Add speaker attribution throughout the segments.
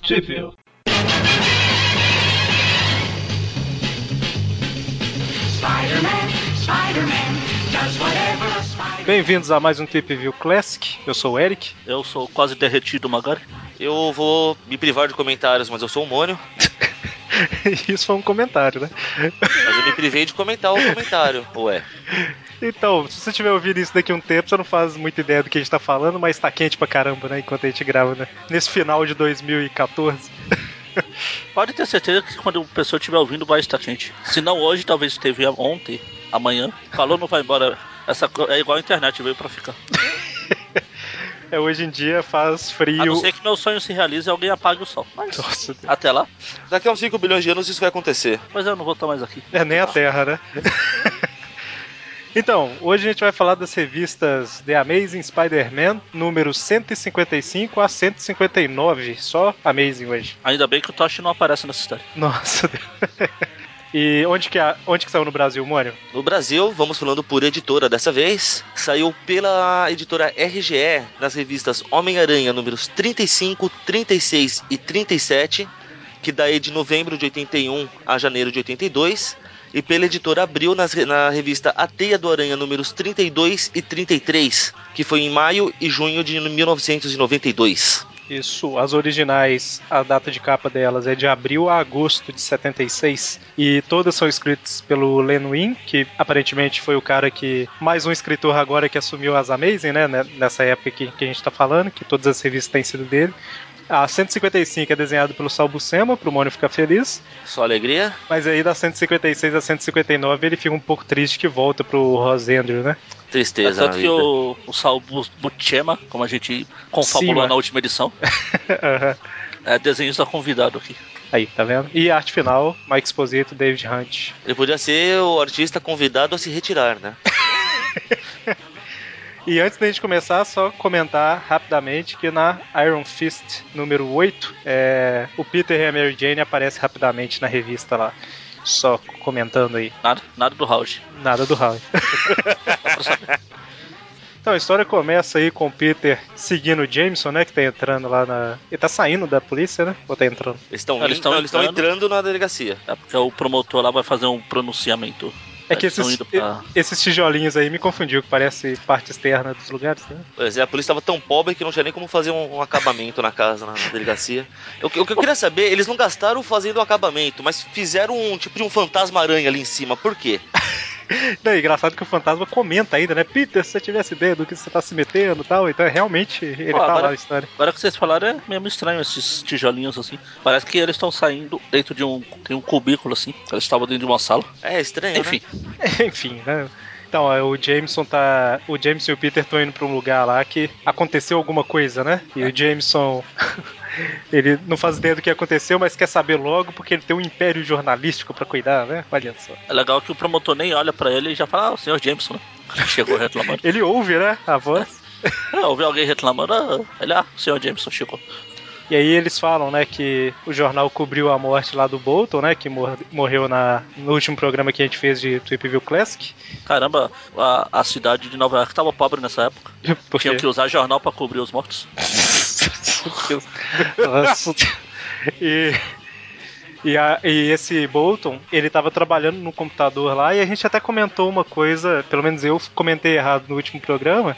Speaker 1: Possível. Bem-vindos a mais um Tip View Classic. Eu sou o Eric.
Speaker 2: Eu sou quase derretido, Magari. Eu vou me privar de comentários, mas eu sou um mônio.
Speaker 1: Isso foi um comentário, né?
Speaker 2: Mas eu me privei de comentar o comentário. Ué.
Speaker 1: Então, se você tiver ouvindo isso daqui a um tempo, você não faz muita ideia do que a gente tá falando, mas tá quente pra caramba, né? Enquanto a gente grava, né? Nesse final de 2014.
Speaker 2: Pode ter certeza que quando o pessoa estiver ouvindo vai estar quente. Se não hoje, talvez esteve ontem, amanhã. Calor não vai embora. Essa co- é igual a internet, veio pra ficar.
Speaker 1: É, hoje em dia faz
Speaker 2: A não
Speaker 1: frio.
Speaker 2: ser que meu sonho se realize e alguém apague o sol. Mas
Speaker 1: Nossa,
Speaker 2: até lá,
Speaker 3: Daqui a uns 5 bilhões de anos isso vai acontecer.
Speaker 2: mas eu não vou estar mais aqui.
Speaker 1: É nem a Terra, né? Então, hoje a gente vai falar das revistas The Amazing Spider-Man, número 155 a 159. Só Amazing hoje.
Speaker 2: Ainda bem que o Tosh não aparece nessa história.
Speaker 1: Nossa. Deus. E onde que, é- onde que saiu no Brasil, Mônio?
Speaker 3: No Brasil, vamos falando por editora dessa vez, saiu pela editora RGE nas revistas Homem-Aranha números 35, 36 e 37, que daí de novembro de 81 a janeiro de 82, e pela editora Abril nas re- na revista A Teia do Aranha números 32 e 33, que foi em maio e junho de 1992.
Speaker 1: Isso, as originais, a data de capa delas é de abril a agosto de 76 e todas são escritas pelo Len Wein, que aparentemente foi o cara que mais um escritor agora que assumiu as Amazing, né, né, nessa época que, que a gente tá falando, que todas as revistas têm sido dele. A 155 é desenhado pelo Sal Buscema, pro Mônio ficar feliz,
Speaker 3: Só alegria?
Speaker 1: mas aí da 156 a 159 ele fica um pouco triste que volta pro Rosendro, né?
Speaker 3: Tristeza. na
Speaker 2: É Tanto que
Speaker 3: vida.
Speaker 2: o, o Saul Butchema, como a gente confabulou
Speaker 1: Sim,
Speaker 2: na última edição,
Speaker 1: Aham.
Speaker 2: é desenhista convidado aqui.
Speaker 1: aí, tá vendo? E arte final, Mike Esposito, David Hunt.
Speaker 3: Ele podia ser o artista convidado a se retirar, né?
Speaker 1: E antes da gente começar, só comentar rapidamente que na Iron Fist número 8, é, o Peter e a Mary Jane aparecem rapidamente na revista lá. Só comentando aí.
Speaker 2: Nada, nada do House.
Speaker 1: Nada do Howard. então a história começa aí com o Peter seguindo o Jameson, né? Que tá entrando lá na. Ele tá saindo da polícia, né? Ou tá entrando?
Speaker 3: Eles estão
Speaker 2: Eles
Speaker 3: eles
Speaker 2: estão
Speaker 3: estão entrando.
Speaker 2: entrando.
Speaker 3: na delegacia.
Speaker 2: É porque o promotor lá vai fazer um pronunciamento.
Speaker 1: É que
Speaker 2: Tá Eles tão
Speaker 1: esses,
Speaker 2: indo pra-
Speaker 1: esses tijolinhos aí me confundiu, que parece parte externa dos lugares, né?
Speaker 3: Pois é, a polícia estava tão pobre que não tinha nem como fazer um, um acabamento na casa, na, na delegacia. O que, o que eu queria saber, eles não gastaram fazendo o acabamento, mas fizeram um tipo de um fantasma-aranha ali em cima. Por quê?
Speaker 1: Não, é engraçado que o fantasma comenta ainda, né? Peter, se você tivesse ideia do que você tá se metendo e tal, então é realmente ele
Speaker 2: Pô,
Speaker 1: tá
Speaker 2: agora-
Speaker 1: lá na história.
Speaker 2: Agora que vocês falaram, é mesmo estranho esses tijolinhos assim. Parece que eles estão saindo dentro de um. Tem um cubículo assim. Eles estavam dentro de uma sala.
Speaker 3: É estranho,
Speaker 2: Enfim,
Speaker 1: Enfim, né? Então, ó, o Jameson tá. O Jameson e o Peter estão indo pra um lugar lá que aconteceu alguma coisa, né? E o Jameson. ele não faz ideia do que aconteceu, mas quer saber logo porque ele tem um império jornalístico pra cuidar, né? Olha só.
Speaker 2: é legal que o promotor nem olha pra ele e já fala, ah, o senhor Jameson, né? Chegou reclamando.
Speaker 1: Ele ouve, né? A voz.
Speaker 2: É, ouvi alguém reclamando, ah, ele, ah, o senhor Jameson chegou.
Speaker 1: E aí eles falam, né, que o jornal cobriu a morte lá do Bolton, né, que mor- morreu na, no último programa que a gente fez de Trip View Classic.
Speaker 2: Caramba, a, a cidade de Nova York tava pobre nessa época.
Speaker 1: Porque
Speaker 2: Tinha que usar jornal pra cobrir os mortos.
Speaker 1: Nossa. e e, a- e esse Bolton, ele tava trabalhando no computador lá e a gente até comentou uma coisa, pelo menos eu comentei errado no último programa,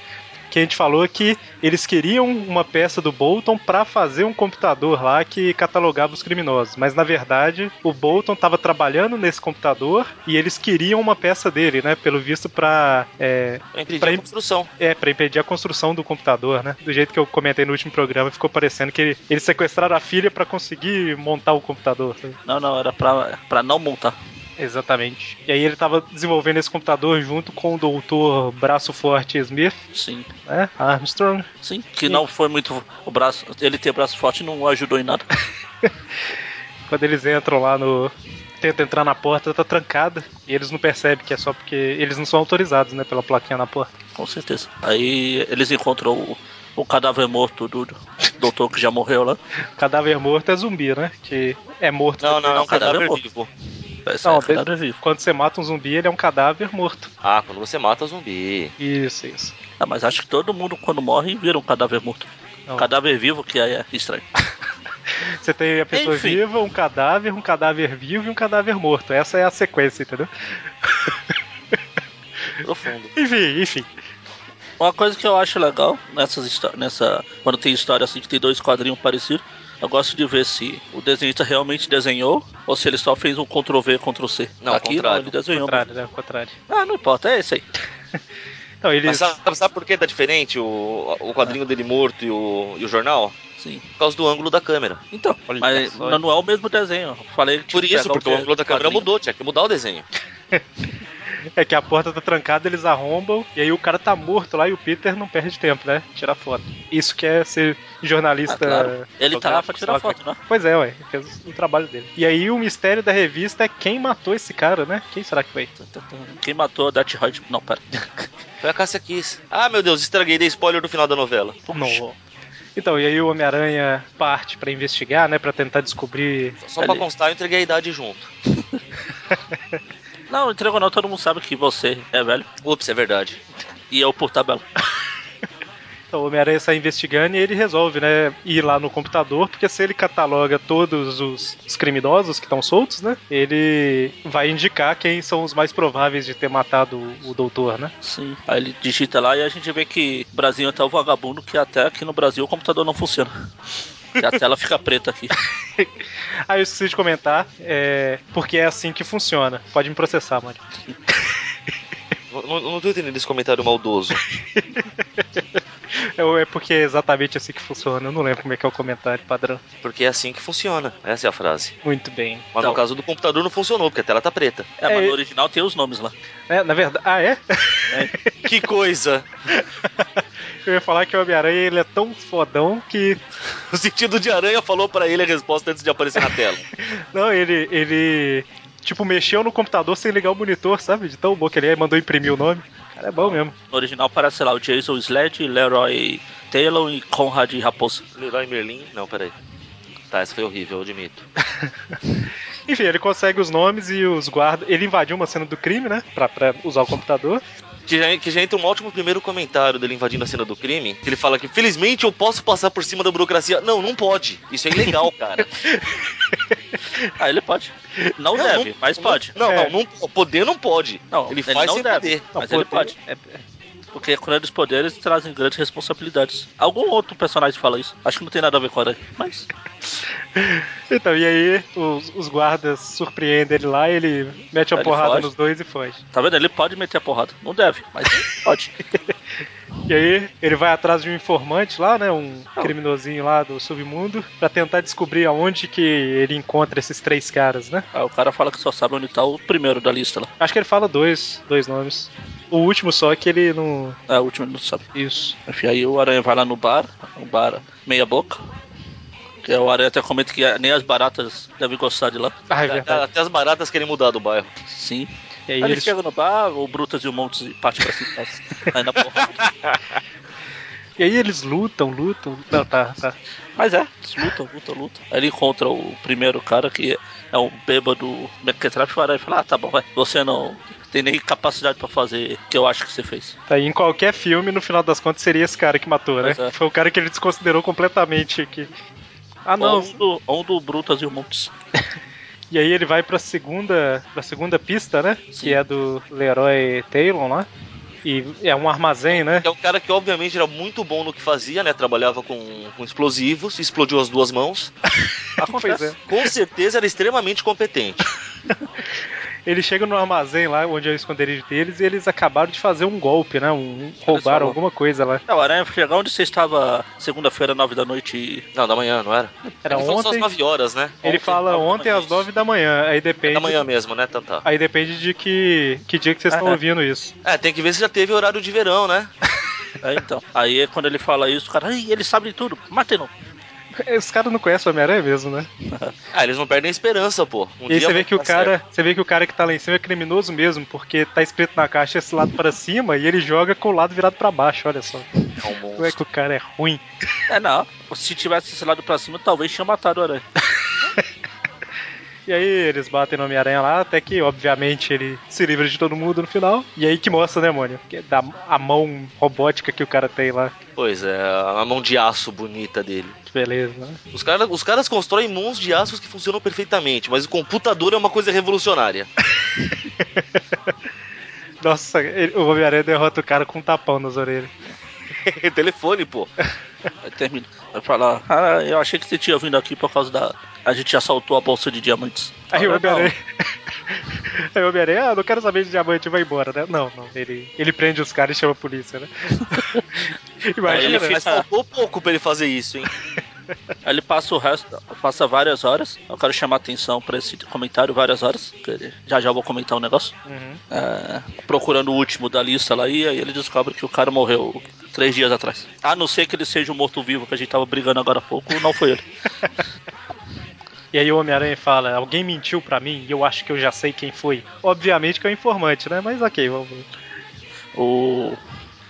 Speaker 1: que a gente falou que eles queriam uma peça do Bolton pra fazer um computador lá que catalogava os criminosos, mas na verdade o Bolton tava trabalhando nesse computador e eles queriam uma peça dele, né, pelo visto pra é,
Speaker 3: né? Eu entendi
Speaker 1: Pra
Speaker 3: a
Speaker 1: im-
Speaker 3: construção.
Speaker 1: é, pra impedir a construção do computador, né? Do jeito que eu comentei no último programa, ficou parecendo que ele- eles sequestraram a filha pra conseguir montar o computador. sabe?
Speaker 2: Não, não, era pra, pra não multar.
Speaker 1: Exatamente. E aí ele tava desenvolvendo esse computador junto com o doutor Braço Forte Smith,
Speaker 2: Sim.
Speaker 1: né? Armstrong.
Speaker 2: Sim, que não foi muito. O braço, ele ter braço forte não ajudou em nada.
Speaker 1: Quando eles entram lá no. Tenta entrar na porta, tá trancada. E eles não percebem que é só porque. Eles não são autorizados, né? Pela plaquinha na porta.
Speaker 2: Com certeza. Aí eles encontram o, o cadáver morto do do doutor que já morreu lá.
Speaker 1: Cadáver morto é zumbi, né? Que é morto.
Speaker 3: Não, não, é
Speaker 2: Não,
Speaker 3: um cadáver
Speaker 2: cadáver
Speaker 3: vivo.
Speaker 2: Esse
Speaker 1: Não,
Speaker 2: é cadáver vivo.
Speaker 1: Quando você mata um zumbi, ele é um cadáver morto.
Speaker 3: Ah, quando você mata zumbi.
Speaker 1: Isso, isso.
Speaker 2: Ah, mas acho que todo mundo quando morre vira um cadáver morto.
Speaker 1: Não.
Speaker 2: Cadáver vivo que aí é estranho.
Speaker 1: Você tem a pessoa
Speaker 2: Enfim.
Speaker 1: viva, um cadáver, um cadáver vivo e um cadáver morto. Essa é a sequência, entendeu?
Speaker 3: Profundo.
Speaker 1: Enfim, enfim.
Speaker 2: Uma coisa que eu acho legal nessas histó- nessa quando tem história assim que tem dois quadrinhos parecidos, eu gosto de ver se o desenhista realmente desenhou ou se ele só fez um Ctrl V, Ctrl C.
Speaker 3: Não,
Speaker 2: Aqui não,
Speaker 3: contrário.
Speaker 2: ele desenhou.
Speaker 1: Contrário, né? Contrário.
Speaker 2: Ah, não importa, é esse aí.
Speaker 1: Então, eles.
Speaker 3: Mas sabe, sabe por que tá diferente o, o quadrinho dele morto e o, e o jornal?
Speaker 2: Sim.
Speaker 3: Por causa do ângulo da câmera.
Speaker 2: Então,
Speaker 1: Olha
Speaker 2: mas
Speaker 1: só.
Speaker 2: não é o mesmo desenho. Eu Falei que tinha
Speaker 3: Por
Speaker 2: que
Speaker 3: isso,
Speaker 2: pegar
Speaker 3: porque o ângulo da câmera
Speaker 2: quadrinho.
Speaker 3: mudou, tinha que mudar o desenho.
Speaker 1: É que a porta tá trancada, eles arrombam, e aí o cara tá morto lá e o Peter não perde tempo, né? Tirar foto. Isso que é ser jornalista.
Speaker 2: Ah, claro. Ele tá lá pra tirar
Speaker 1: sei lá,
Speaker 2: foto, né?
Speaker 1: Pois é, ué. Fez o trabalho dele. E aí o mistério da revista é quem matou esse cara, né? Quem será que foi?
Speaker 2: Tá, Quem matou a Dutch Hod? Não, pera.
Speaker 3: Foi a Cássia Kiss. Ah, meu Deus, estraguei, dei spoiler do final da novela.
Speaker 1: Não. Então, e aí o Homem-Aranha parte pra investigar, né? Pra tentar descobrir.
Speaker 3: Só pra
Speaker 2: Ali.
Speaker 3: constar, eu entreguei a idade junto.
Speaker 2: Não, entregou não, todo mundo sabe que você é velho.
Speaker 3: Ups, é verdade.
Speaker 2: E eu por tabela.
Speaker 1: Então, o Homem-Aranha sai investigando e ele resolve, né? Ir lá no computador, porque se ele cataloga todos os, os criminosos que estão soltos, né? Ele vai indicar quem são os mais prováveis de ter matado o, o doutor, né?
Speaker 2: Sim. Aí ele digita lá e a gente vê que o Brasil é tão vagabundo que até aqui no Brasil o computador não funciona. E a tela fica preta aqui.
Speaker 1: Ah, eu esqueci de comentar, é, porque é assim que funciona. Pode me processar, mano.
Speaker 3: Não, não- não tô entendendo esse comentário maldoso.
Speaker 1: É, é porque é exatamente assim que funciona. Eu não lembro como é que é o comentário padrão.
Speaker 3: Porque é assim que funciona. Essa é a frase.
Speaker 1: Muito bem.
Speaker 3: Mas
Speaker 2: Então.
Speaker 3: no caso do computador não funcionou, porque a tela tá preta.
Speaker 2: É, mas
Speaker 1: É.
Speaker 2: no original tem os nomes lá.
Speaker 1: É, na verdade. Ah, é?
Speaker 3: Que coisa!
Speaker 1: Eu ia falar que o Homem-Aranha ele é tão fodão que.
Speaker 3: O sentido de aranha falou pra ele a resposta antes de aparecer na tela.
Speaker 1: Não, ele. ele. Tipo, mexeu no computador sem ligar o monitor, sabe? De tão bom que ele é, e mandou imprimir o nome. Cara, é bom mesmo.
Speaker 2: No original parece, sei lá, o Jason Sled, Leroy Taylor e Conrad Raposa.
Speaker 3: Leroy Merlin? Não, peraí. Tá, essa foi horrível, eu admito.
Speaker 1: Enfim, ele consegue os nomes e os guarda. Ele invadiu uma cena do crime, né? Pra, pra usar o computador.
Speaker 3: Que já, que já entra um ótimo primeiro comentário dele invadindo a cena do crime, que ele fala que felizmente eu posso passar por cima da burocracia. Não, não pode. Isso é ilegal, cara.
Speaker 2: Ah, ele pode. Não deve, mas pode.
Speaker 3: Não,
Speaker 1: É.
Speaker 3: não, não, poder não pode.
Speaker 2: Não,
Speaker 3: ele faz
Speaker 2: não
Speaker 3: sem
Speaker 2: deve,
Speaker 3: poder.
Speaker 2: mas ele pode.
Speaker 1: É,
Speaker 2: Porque grandes poderes trazem grandes responsabilidades. Algum outro personagem fala isso. Acho que não tem nada a ver com a aranha. Mas
Speaker 1: Então, e aí os, os guardas surpreendem ele lá, ele mete uma
Speaker 2: Ele
Speaker 1: porrada
Speaker 2: foge.
Speaker 1: nos dois e foge.
Speaker 2: Tá vendo? Ele pode meter a porrada. Não deve, mas pode.
Speaker 1: E aí ele vai atrás de um informante lá, né? Um criminosinho lá do submundo, pra tentar descobrir aonde que ele encontra esses três caras, né?
Speaker 2: Aí o cara fala que só sabe onde tá o primeiro da lista lá.
Speaker 1: Acho que ele fala dois, dois nomes. O último só que ele não.
Speaker 2: É, o último ele não sabe.
Speaker 1: Isso.
Speaker 2: Enfim, aí o aranha vai lá no bar, um bar meia boca. Que é o aranha até comenta que nem as baratas devem gostar de lá.
Speaker 1: Ah, é
Speaker 3: Cara,
Speaker 1: verdade.
Speaker 3: até as baratas querem mudar do bairro.
Speaker 2: Sim.
Speaker 1: E
Speaker 2: Aí
Speaker 1: aí
Speaker 2: ele
Speaker 1: eles-
Speaker 2: chega no bar, o Brutas e o Montes e parte pra cima. Aí na porrada.
Speaker 1: E aí eles lutam, lutam. Não, tá, tá.
Speaker 2: Mas é, eles lutam, lutam, lutam. Aí ele encontra o primeiro cara que é um bêbado mequetrafe, o aranha fala, ah, tá bom, vai. Você não tem nem capacidade pra fazer o que eu acho que você fez.
Speaker 1: Tá, e em qualquer filme, no final das contas, seria esse cara que matou, né?
Speaker 2: Pois é.
Speaker 1: Foi o cara que ele desconsiderou completamente aqui. Ah, não.
Speaker 2: Ou um do, ou um do Brutas e o Montes.
Speaker 1: E aí ele vai pra segunda, pra segunda pista, né?
Speaker 2: Sim.
Speaker 1: Que é do Leroy Taylor lá. E é um armazém, né?
Speaker 3: Que é um cara que obviamente era muito bom no que fazia, né? Trabalhava com, com explosivos, explodiu as duas mãos.
Speaker 2: Acontece.
Speaker 1: Pois é.
Speaker 3: Com certeza era extremamente competente.
Speaker 1: Ele chega no armazém lá, onde é o esconderijo deles, e eles acabaram de fazer um golpe, né? Um, roubaram
Speaker 2: falam.
Speaker 1: alguma coisa lá.
Speaker 2: Não, É, Aranha, chegar onde você estava segunda-feira, nove da noite. e-
Speaker 3: Não, da manhã, não era?
Speaker 1: Era
Speaker 3: Não, São só as
Speaker 1: ontem.
Speaker 3: 9 horas, né?
Speaker 1: Ele fala
Speaker 2: não,
Speaker 1: ontem às
Speaker 2: isso.
Speaker 1: nove da manhã. Aí
Speaker 3: É
Speaker 1: depende.
Speaker 3: da manhã mesmo, né, Tantá?
Speaker 1: Aí depende de que, que dia que vocês estão
Speaker 2: Ah, é.
Speaker 1: ouvindo isso.
Speaker 3: É, tem que ver se já teve horário de verão, né?
Speaker 2: É, então. Aí quando ele fala isso, o cara, "Ai, ele sabe de tudo, matei não.
Speaker 1: Os caras não conhecem o Homem-Aranha mesmo, né?
Speaker 3: Ah, eles não perdem a esperança, pô. Um
Speaker 1: E aí você vê
Speaker 3: vai
Speaker 1: que o
Speaker 3: dar
Speaker 1: cara,
Speaker 3: certo.
Speaker 1: você vê que o cara que tá lá em cima é criminoso mesmo, porque tá escrito na caixa esse lado pra cima e ele joga com o lado virado pra baixo, olha só.
Speaker 3: É um monstro.
Speaker 1: Como é que o cara é ruim?
Speaker 2: É, não. Se tivesse esse lado pra cima, talvez tinha matado o Aranha.
Speaker 1: E aí eles batem no Homem-Aranha lá, até que, obviamente, ele se livra de todo mundo no final. E aí que mostra o demônio. Que é da, a mão robótica que o cara tem lá.
Speaker 3: Pois é, a mão de aço bonita dele.
Speaker 1: Que beleza, né?
Speaker 3: Os caras, os caras constroem mãos de aços que funcionam perfeitamente, mas o computador é uma coisa revolucionária.
Speaker 1: Nossa, ele- o Homem-Aranha derrota o cara com um tapão nas orelhas.
Speaker 3: Telefone, pô.
Speaker 2: Aí termina. Vai falar, ah, eu achei que você tinha vindo aqui por causa da. A gente assaltou a bolsa de diamantes.
Speaker 1: Aí o
Speaker 2: Ah, não.
Speaker 1: Homem-Aranha. Aí o Homem-Aranha, ah, não quero saber de diamante, vai embora, né? Não, não. Ele, ele prende os caras e chama a polícia, né?
Speaker 2: Aí ele
Speaker 1: Imagina. né?
Speaker 2: fica-
Speaker 3: Mas faltou pouco pra ele fazer isso, hein?
Speaker 2: Aí ele passa o resto, passa várias horas. Eu quero chamar a atenção pra esse comentário, várias horas. que Já já eu vou comentar um negócio.
Speaker 1: Uhum.
Speaker 2: É, procurando o último da lista lá e aí ele descobre que o cara morreu três dias atrás. A não ser que ele seja um morto-vivo que a gente tava brigando agora há pouco, não foi ele.
Speaker 1: E aí o Homem-Aranha fala, alguém mentiu pra mim e eu acho que eu já sei quem foi. Obviamente que é o informante, né? Mas ok, vamos ver.
Speaker 2: O...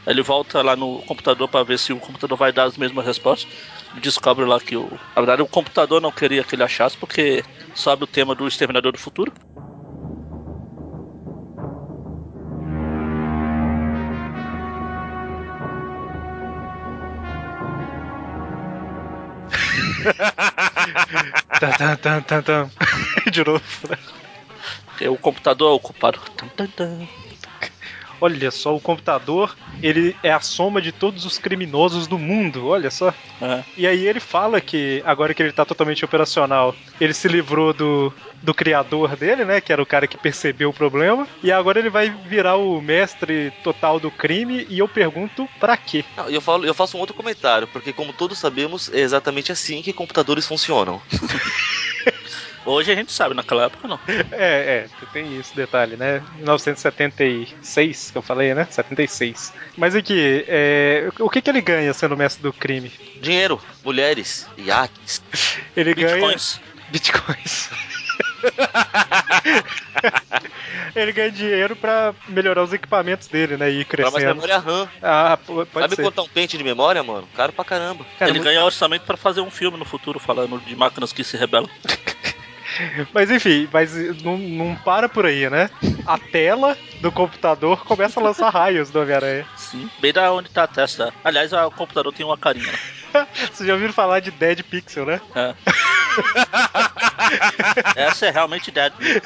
Speaker 2: Ele volta lá no computador pra ver se o computador vai dar as mesmas respostas. E Descobre lá que o. Na verdade, o computador não queria que ele achasse porque sobe o tema do Exterminador do Futuro.
Speaker 1: Tan, tan, tan, tan, tan. De novo. né?
Speaker 2: que O computador é o culpado. Tum, tum, tum.
Speaker 1: Olha só, o computador, ele é a soma de todos os criminosos do mundo, olha só.
Speaker 2: É.
Speaker 1: E aí ele fala que, agora que ele tá totalmente operacional, ele se livrou do, do criador dele, né? Que era o cara que percebeu o problema. E agora ele vai virar o mestre total do crime. E eu pergunto, pra quê?
Speaker 3: Não, e eu, falo, eu faço um outro comentário, porque como todos sabemos, é exatamente assim que computadores funcionam.
Speaker 2: Hoje a gente sabe, naquela época não.
Speaker 1: É, é, tem isso, detalhe, né? 1976 que eu falei, né? 76. Mas aqui, é, o que, que ele ganha sendo mestre do crime?
Speaker 3: Dinheiro, mulheres, iates.
Speaker 1: Ele ganha
Speaker 2: Bitcoins.
Speaker 1: bitcoins. ele ganha dinheiro pra melhorar os equipamentos dele, né? E ir
Speaker 3: Pra mais
Speaker 1: crescendo.
Speaker 3: memória RAM.
Speaker 1: Ah, pô, pode
Speaker 3: Sabe
Speaker 1: ser.
Speaker 3: quanto é um pente de memória, mano? Caro pra caramba.
Speaker 1: Cara,
Speaker 2: ele ganha orçamento pra fazer um filme no futuro falando de máquinas que se rebelam.
Speaker 1: Mas enfim, mas não, não para por aí, né? A tela do computador começa a lançar raios do Homem-Aranha.
Speaker 2: Sim. Bem da onde tá a testa. Aliás, a- o computador tem uma carinha. né?
Speaker 1: Vocês já ouviram falar de Dead Pixel, né?
Speaker 2: É. Essa é realmente Deadly.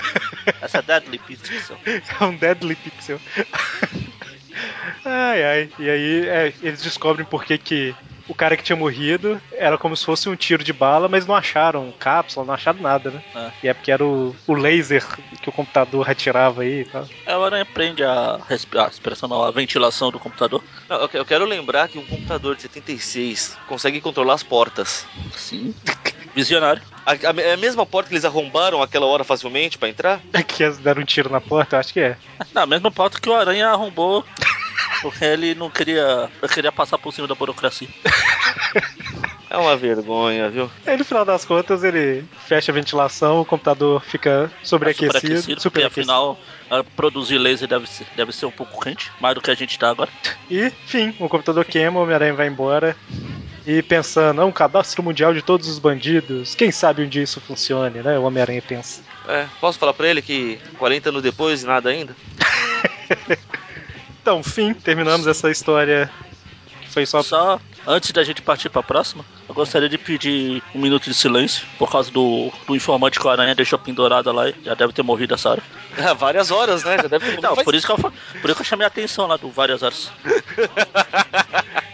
Speaker 2: Essa é Deadly Pixel.
Speaker 1: É um Deadly Pixel. ai, ai. E aí é, eles descobrem por que que o cara que tinha morrido era como se fosse um tiro de bala, mas não acharam cápsula, não acharam nada, né?
Speaker 2: É.
Speaker 1: E é porque era o, o laser que o computador atirava aí tá? e tal.
Speaker 2: Ela aprende a, respi- a respiração, não, a ventilação do computador.
Speaker 3: Não, eu que- eu quero lembrar que um computador de 76 consegue controlar as portas.
Speaker 2: Sim. Visionário.
Speaker 3: A, a- é a mesma porta que eles arrombaram aquela hora facilmente pra entrar?
Speaker 1: Que eles deram um tiro na porta, eu acho que é.
Speaker 2: Na mesma pauta que o Aranha arrombou. Porque ele não queria. Eu queria passar por cima da burocracia.
Speaker 3: É uma vergonha, viu?
Speaker 1: Aí no final das contas ele fecha a ventilação, o computador fica sobreaquecido,
Speaker 2: porque
Speaker 1: superaquecido.
Speaker 2: afinal ah, produzir laser deve ser, deve ser um pouco quente, mais do que a gente tá agora.
Speaker 1: E, fim, o computador queima, o Homem-Aranha vai embora. E pensando, é um cadastro mundial de todos os bandidos. Quem sabe um dia isso funcione, né? O Homem-Aranha pensa.
Speaker 3: É, posso falar pra ele que 40 anos depois e nada ainda?
Speaker 1: Então, fim, terminamos essa história que foi só.
Speaker 2: Só antes da gente partir pra próxima, eu gostaria de pedir um minuto de silêncio por causa do, do informante que o Aranha deixou pendurada lá. e Já deve ter morrido essa hora.
Speaker 3: É, várias horas, né? Já deve ter
Speaker 2: Então,
Speaker 3: faz-
Speaker 2: por isso, que eu, fa- por isso que eu chamei a atenção lá do várias horas.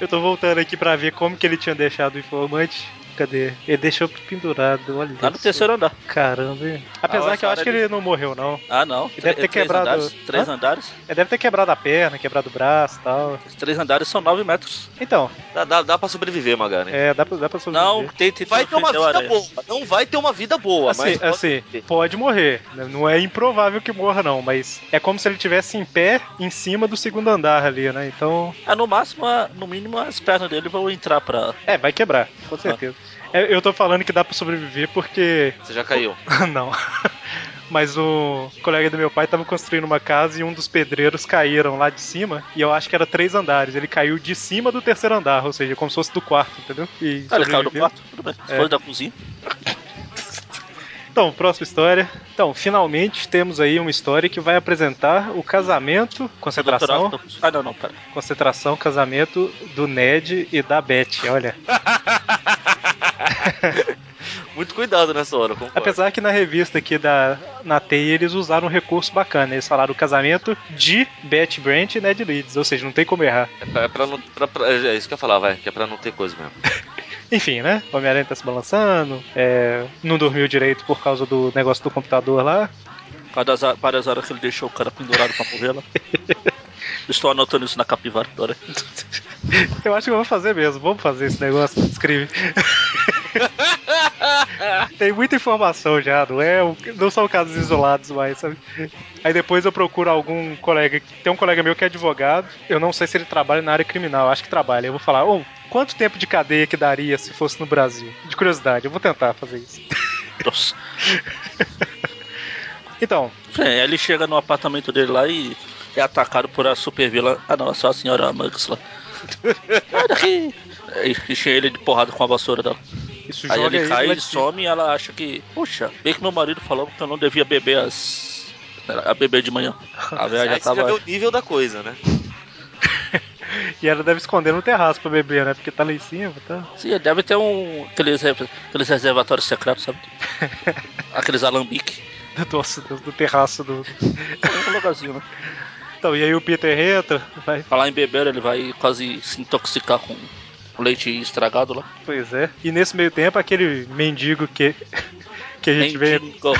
Speaker 1: Eu tô voltando aqui pra ver como que ele tinha deixado o informante. Cadê? Ele deixou pendurado, olha.
Speaker 2: Lá no
Speaker 1: só.
Speaker 2: terceiro andar.
Speaker 1: Caramba, hein? Apesar
Speaker 3: Ah,
Speaker 1: que eu acho que
Speaker 3: essa hora
Speaker 1: ele não morreu, não.
Speaker 2: Ah, não.
Speaker 1: deve ter
Speaker 2: três
Speaker 1: quebrado-
Speaker 2: Andares, três
Speaker 1: Hã?
Speaker 2: andares.
Speaker 1: Ele deve ter quebrado a perna, quebrado o braço e tal.
Speaker 2: Os três andares são nove metros.
Speaker 1: Então,
Speaker 3: Dá, dá, dá pra sobreviver, Magari.
Speaker 1: é, dá pra, dá pra sobreviver.
Speaker 2: Não, tente
Speaker 3: Vai ter uma
Speaker 2: defender o
Speaker 3: vida
Speaker 2: Aranha.
Speaker 3: boa. Não vai ter uma vida boa,
Speaker 1: Assim,
Speaker 3: mas. pode
Speaker 1: assim,
Speaker 3: ter.
Speaker 1: pode morrer. né? Não é improvável que morra, não, mas é como se ele tivesse em pé em cima do segundo andar ali, né? Então,
Speaker 2: Ah, no máximo, ah, no mínimo, as pernas dele vão entrar pra.
Speaker 1: é, vai quebrar, com certeza. É, eu tô falando que dá pra sobreviver porque.
Speaker 3: Você já caiu.
Speaker 1: não. Mas o colega do meu pai tava construindo uma casa e um dos pedreiros caíram lá de cima. E eu acho que era três andares. Ele caiu de cima do terceiro andar, ou seja, como se fosse do quarto, entendeu? E
Speaker 2: Ah, ele caiu no
Speaker 1: É. sobreviveu.
Speaker 2: quarto, tudo bem. Se
Speaker 1: É.
Speaker 2: fosse da cozinha.
Speaker 1: Então, próxima história. Então, finalmente temos aí uma história que vai apresentar o casamento,
Speaker 2: Doutor
Speaker 1: concentração,
Speaker 2: Octopus. Ah, não, não, pera.
Speaker 1: concentração, casamento do Ned e da Beth. Olha,
Speaker 3: Muito cuidado nessa hora, concordo.
Speaker 1: apesar que na revista aqui da na TEI eles usaram um recurso bacana, eles falaram o casamento de Beth Brant e Ned Leeds, ou seja, não tem como errar.
Speaker 3: É pra, é pra não. pra- pra- é isso que eu ia falar, vai, que é pra não ter coisa mesmo.
Speaker 1: Enfim, né? O Homem-Aranha tá se balançando, é, não dormiu direito por causa do negócio do computador lá.
Speaker 2: Cada za- várias horas que ele deixou o cara pendurado pra morrer lá. Estou anotando isso na capivara agora.
Speaker 1: Eu acho que eu vou fazer mesmo, vamos fazer esse negócio, escreve. Tem muita informação já, não é? Não são casos isolados mais, sabe? Aí depois eu procuro algum colega. Tem um colega meu que é advogado, eu não sei se ele trabalha na área criminal, acho que trabalha. Eu vou falar, ô, quanto tempo de cadeia que daria se fosse no Brasil? De curiosidade, eu vou tentar fazer isso.
Speaker 2: Nossa.
Speaker 1: Então,
Speaker 2: Enfim, aí ele chega no apartamento dele lá e é atacado por a super vilã. Ah, não, é só a senhora Mux lá. Sai daqui! E enche ele de porrada com a vassoura dela.
Speaker 1: isso
Speaker 2: Aí
Speaker 1: joga
Speaker 2: ele cai,
Speaker 1: lá
Speaker 2: ele
Speaker 1: de-
Speaker 2: some e ela acha que, puxa, bem que meu marido falou que eu não devia beber as. a beber de manhã.
Speaker 1: Ah,
Speaker 2: A velha já
Speaker 3: Aí você já vê
Speaker 2: tava.
Speaker 3: o nível da coisa, né?
Speaker 1: E ela deve esconder no terraço pra beber, né? Porque tá lá em cima, tá?
Speaker 2: Sim, deve ter um. aqueles, re- aqueles reservatórios secretos, sabe? Aqueles alambique.
Speaker 1: Nossa, Deus, do terraço do.
Speaker 2: É um lugarzinho, né?
Speaker 1: Então, e aí o Peter entra, vai.
Speaker 2: Falar em beber, ele vai quase se intoxicar com leite estragado lá.
Speaker 1: Pois é. E nesse meio tempo, aquele mendigo que. Que a gente, vem,
Speaker 2: Mendigo.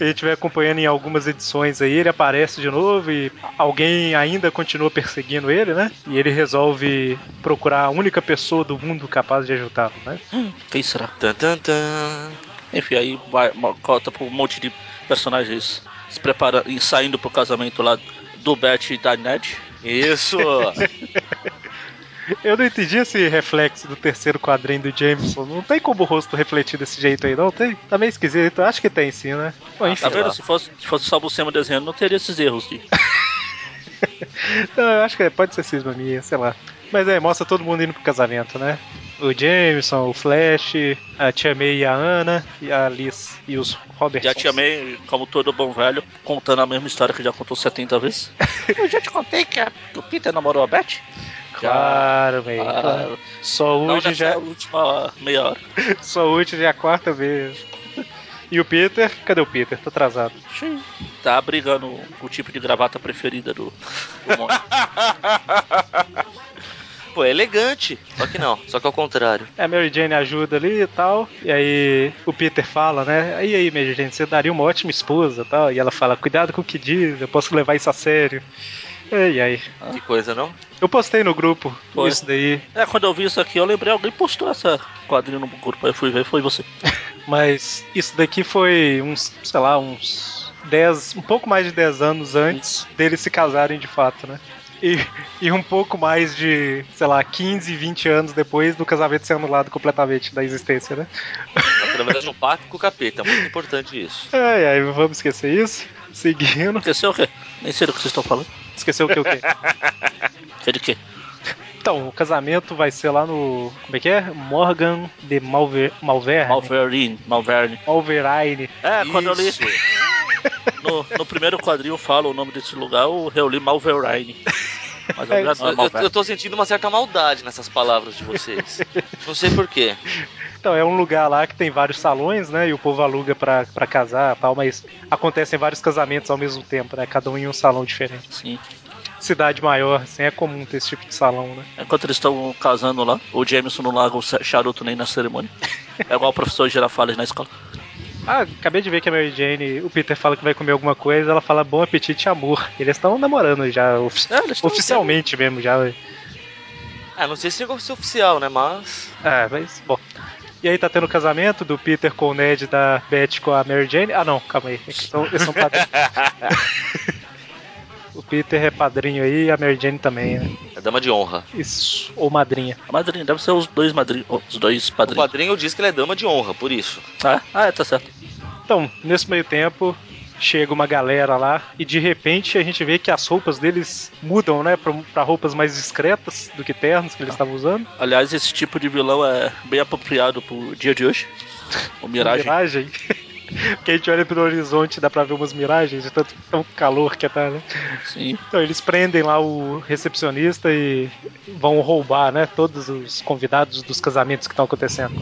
Speaker 1: a gente vem acompanhando em algumas edições aí, ele aparece de novo e alguém ainda continua perseguindo ele, né? E ele resolve procurar a única pessoa do mundo capaz de ajudá-lo, né?
Speaker 2: Hum, Quem será?
Speaker 3: Tan, tan, tan.
Speaker 2: Enfim, aí vai, mo- corta por um monte de personagens se preparando e saindo pro casamento lá do Beth e da Ned.
Speaker 3: Isso!
Speaker 1: Eu não entendi esse reflexo do terceiro quadrinho do Jameson. Não tem como o rosto refletir desse jeito aí, não? Tem? Tá meio esquisito. Acho que tem sim, né? Bom, enfim.
Speaker 2: Tá
Speaker 3: lá.
Speaker 2: vendo? Se fosse, se fosse só o Buscema desenhando, não teria esses erros. De...
Speaker 1: Não, eu acho que é- pode ser cisma minha, sei lá. Mas é, mostra todo mundo indo pro casamento, né? O Jameson, o Flash, a Tia May e a Ana, e a Liz e os Roberts.
Speaker 2: Já te amei, como todo bom velho, contando a mesma história que já contou 70 vezes. Eu já te contei que, a- que o Peter namorou a Beth?
Speaker 1: Claro, May.
Speaker 2: Ah,
Speaker 1: claro. Só
Speaker 2: não, tá.
Speaker 1: hoje
Speaker 2: nessa
Speaker 1: já,
Speaker 2: última meia hora.
Speaker 1: só hoje já é a quarta vez. E o Peter? Cadê o Peter? Tô atrasado.
Speaker 2: Sim. Tá brigando com o tipo de gravata preferida do, do mundo.
Speaker 3: Pô, é elegante. Só que não, só que ao contrário.
Speaker 1: É, A Mary Jane ajuda ali e tal. E aí o Peter fala, né? E aí, Mary Jane, você daria uma ótima esposa e tal. E ela fala, cuidado com o que diz, eu posso levar isso a sério. E aí?
Speaker 3: Que coisa, não?
Speaker 1: Eu postei no grupo
Speaker 2: Foi.
Speaker 1: isso daí,
Speaker 2: É, quando eu vi isso aqui, eu lembrei, alguém postou essa quadrinha no grupo. Aí eu fui ver, foi você.
Speaker 1: mas isso daqui foi uns, sei lá, uns 10, um pouco mais de 10 anos antes deles se casarem de fato, né? E, e um pouco mais de, sei lá, 15, 20 anos depois do casamento ser anulado completamente da existência, né?
Speaker 3: Pelo menos no pacto com o capeta. é Muito importante isso.
Speaker 1: Ai, ai, vamos esquecer isso? Seguindo.
Speaker 2: Esqueceu o quê? Nem sei do que vocês estão falando.
Speaker 1: Esqueceu o que o quê?
Speaker 2: É de quê?
Speaker 1: Então, o casamento vai ser lá no. Como é que é? Morgan de Malver, Malverne.
Speaker 2: Malverne, Malverne.
Speaker 1: Malverine.
Speaker 2: É, quando eu li
Speaker 3: Isso.
Speaker 2: no, no primeiro quadrinho fala o nome desse lugar, eu reoli Malverine. Mas
Speaker 1: É
Speaker 2: eu já
Speaker 1: isso,
Speaker 2: não é
Speaker 3: Eu, eu-
Speaker 2: Malverne.
Speaker 3: eu tô sentindo uma certa maldade nessas palavras de vocês. Não sei porquê.
Speaker 1: Então, é um lugar lá que tem vários salões, né? E o povo aluga pra, pra casar e tal, mas acontecem vários casamentos ao mesmo tempo, né? Cada um em um salão diferente.
Speaker 2: Sim.
Speaker 1: Cidade maior, assim, é comum ter esse tipo de salão, né?
Speaker 2: Enquanto eles estão casando lá, o Jameson não larga o cha- charuto nem na cerimônia. É igual o professor Girafales na escola.
Speaker 1: Ah, acabei de ver que a Mary Jane, o Peter fala que vai comer alguma coisa, ela fala bom apetite e amor. Eles estão namorando já, ofi-
Speaker 2: É, eles tão-
Speaker 1: oficialmente mesmo já.
Speaker 3: Ah, não sei se chegou a ser oficial, né? Mas.
Speaker 1: Ah, mas, bom. E aí tá tendo o casamento do Peter com o Ned, da Beth com a Mary Jane. Ah, não, calma aí. É que são- Eles são padrinhos. o Peter é padrinho aí e a Mary Jane também, né?
Speaker 3: É dama de honra.
Speaker 1: Isso, ou madrinha.
Speaker 2: A madrinha, deve ser os dois madrinhos. Os dois
Speaker 3: O
Speaker 2: padrinhos. tá
Speaker 3: quadrinho diz que ela é dama de honra, por isso.
Speaker 2: Ah, ah, é, tá certo.
Speaker 1: Então, nesse meio tempo, chega uma galera lá e de repente a gente vê que as roupas deles mudam, né, pra, pra roupas mais discretas do que ternos que eles estavam usando.
Speaker 2: Aliás, esse tipo de vilão é bem apropriado pro dia de hoje. O Mirage.
Speaker 1: Miragem. Porque a gente olha pro horizonte dá pra ver umas miragens de tanto tão calor que tá, né?
Speaker 2: Sim.
Speaker 1: Então eles prendem lá o recepcionista e vão roubar, né? Todos os convidados dos casamentos que estão acontecendo.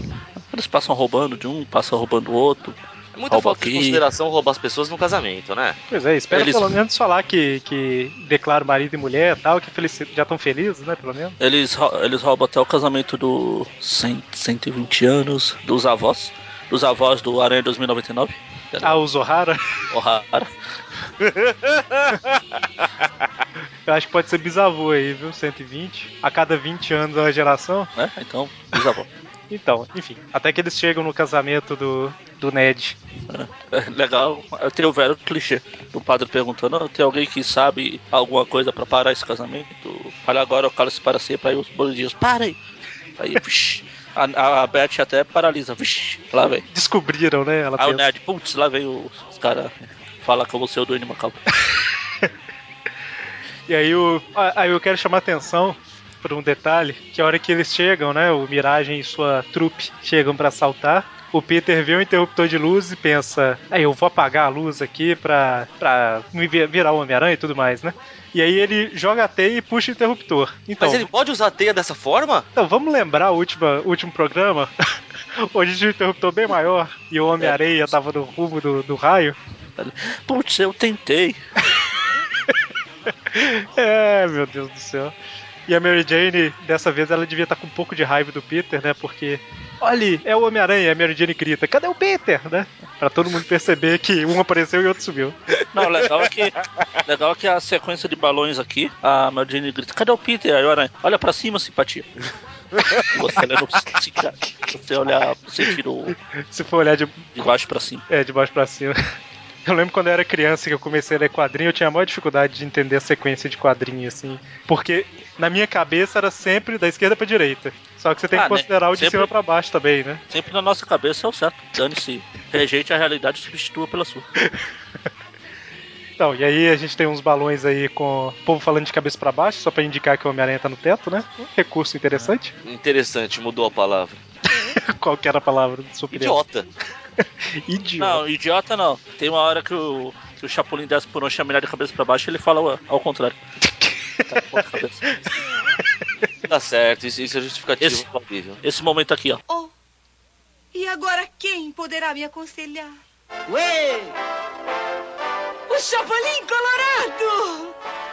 Speaker 2: Eles passam roubando de um, passam roubando do outro.
Speaker 3: É muita
Speaker 2: Rouba
Speaker 3: falta de
Speaker 2: aqui.
Speaker 3: consideração roubar as pessoas no casamento, né?
Speaker 1: Pois é, espera
Speaker 2: Eles-
Speaker 1: pelo menos falar que, que declara marido e mulher e tal, que felici- já estão felizes, né? Pelo menos.
Speaker 2: Eles, rou- eles roubam até o casamento do 100, 120 anos dos avós. Dos avós do Aranha 2099.
Speaker 1: Ah, o Zohara,
Speaker 2: Ohara.
Speaker 1: eu acho que pode ser bisavô aí, viu? 120. A cada 20 anos é uma geração.
Speaker 2: né? Então, bisavó.
Speaker 1: Então, enfim. Até que eles chegam no casamento do, do Ned.
Speaker 2: É, legal, tem o velho clichê do padre perguntando: "Ah, tem alguém que sabe alguma coisa pra parar esse casamento? Olha agora o cara se para sempre, aí os bandidinhos, parem! Aí, vixi, a, a Beth até paralisa, vixi, lá vem.
Speaker 1: Descobriram, né? Ela
Speaker 2: Aí Ah, o
Speaker 1: pensa.
Speaker 2: Ned, putz, lá vem o- os caras, fala que eu vou ser o do Macabro.
Speaker 1: E aí, o, a- aí eu quero chamar a atenção por um detalhe, que a hora que eles chegam, né, o Miragem e sua trupe chegam pra assaltar, o Peter vê o interruptor de luz e pensa, aí eu vou apagar a luz aqui pra, pra me vi- virar o Homem-Aranha e tudo mais, né? E aí ele joga a teia e puxa o interruptor. Então,
Speaker 3: Mas ele pode usar a teia dessa forma?
Speaker 1: então vamos lembrar o último, último programa? Onde tinha um interruptor bem maior e o Homem-Areia tava no rumo do, do raio.
Speaker 2: Putz, eu tentei.
Speaker 1: É, meu Deus do céu. E a Mary Jane, dessa vez, ela devia estar com um pouco de raiva do Peter, né? Porque, olha, é o Homem-Aranha. A Mary Jane grita, cadê o Peter, né? Pra todo mundo perceber que um apareceu e o outro sumiu.
Speaker 2: Não, legal é que, legal é que a sequência de balões aqui, a Maldini grita: cadê o Peter? Aí o Aranha, olha pra cima, simpatia. Você olha no- se tira- você olha, você tira o
Speaker 1: Se for olhar de,
Speaker 2: de baixo pra cima.
Speaker 1: é, de baixo pra cima. Eu lembro quando eu era criança que eu comecei a ler quadrinho, eu tinha a maior dificuldade de entender a sequência de quadrinho, assim. Porque na minha cabeça era sempre da esquerda pra direita. Só que você tem
Speaker 2: Ah,
Speaker 1: que
Speaker 2: né?
Speaker 1: considerar o de
Speaker 2: Sempre-
Speaker 1: cima pra baixo também, né?
Speaker 2: Sempre na nossa cabeça é o certo. Dane-se. Rejeite a realidade e substitua pela sua.
Speaker 1: Então, e aí a gente tem uns balões aí com o povo falando de cabeça pra baixo, só pra indicar que o Homem-Aranha tá no teto, né? Um recurso interessante.
Speaker 3: Interessante, mudou a palavra.
Speaker 1: Qual que era a palavra do seu opinião?
Speaker 3: Idiota.
Speaker 1: Idiota.
Speaker 2: Não, idiota não. Tem uma hora que o, que o Chapolin desce por um chama ele de cabeça pra baixo e ele fala ué, ao contrário. Tá com a cabeça.
Speaker 3: Tá certo, isso, isso é justificativo.
Speaker 2: Esse-
Speaker 3: plausível.
Speaker 2: Esse momento aqui, ó.
Speaker 4: Oh, e agora quem poderá me aconselhar?
Speaker 5: Ué,
Speaker 4: O Chapolin Colorado!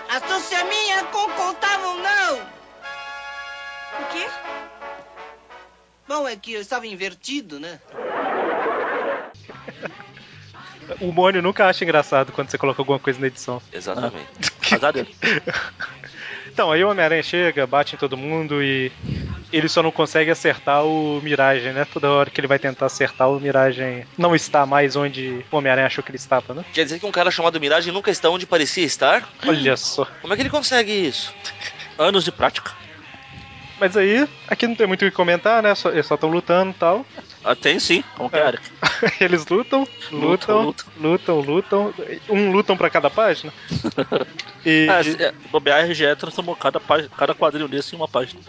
Speaker 5: a sócia é minha não contavam não.
Speaker 4: O quê?
Speaker 5: Bom, é que eu estava invertido, né?
Speaker 1: O Mônio nunca acha engraçado quando você coloca alguma coisa na edição.
Speaker 3: Exatamente.
Speaker 2: Azar dele.
Speaker 1: Então, aí o Homem-Aranha chega, bate em todo mundo e ele só não consegue acertar o Miragem, né? Toda hora que ele vai tentar acertar, o Miragem não está mais onde o Homem-Aranha achou que ele estava, né?
Speaker 3: Quer dizer que um cara chamado Mirage nunca está onde parecia estar?
Speaker 1: Olha só.
Speaker 3: Como é que ele consegue isso?
Speaker 2: Anos de prática.
Speaker 1: Mas aí, aqui não tem muito o que comentar, né? Só- Eles só estão lutando e tal.
Speaker 2: Ah, tem sim. Como que é, Eric?
Speaker 1: Eles lutam, lutam,
Speaker 2: Lutam,
Speaker 1: lutam, lutam. Um lutam pra cada página. E
Speaker 2: Ah, se- é, bobear a RGE transformou cada, página, cada quadrinho desse em uma página.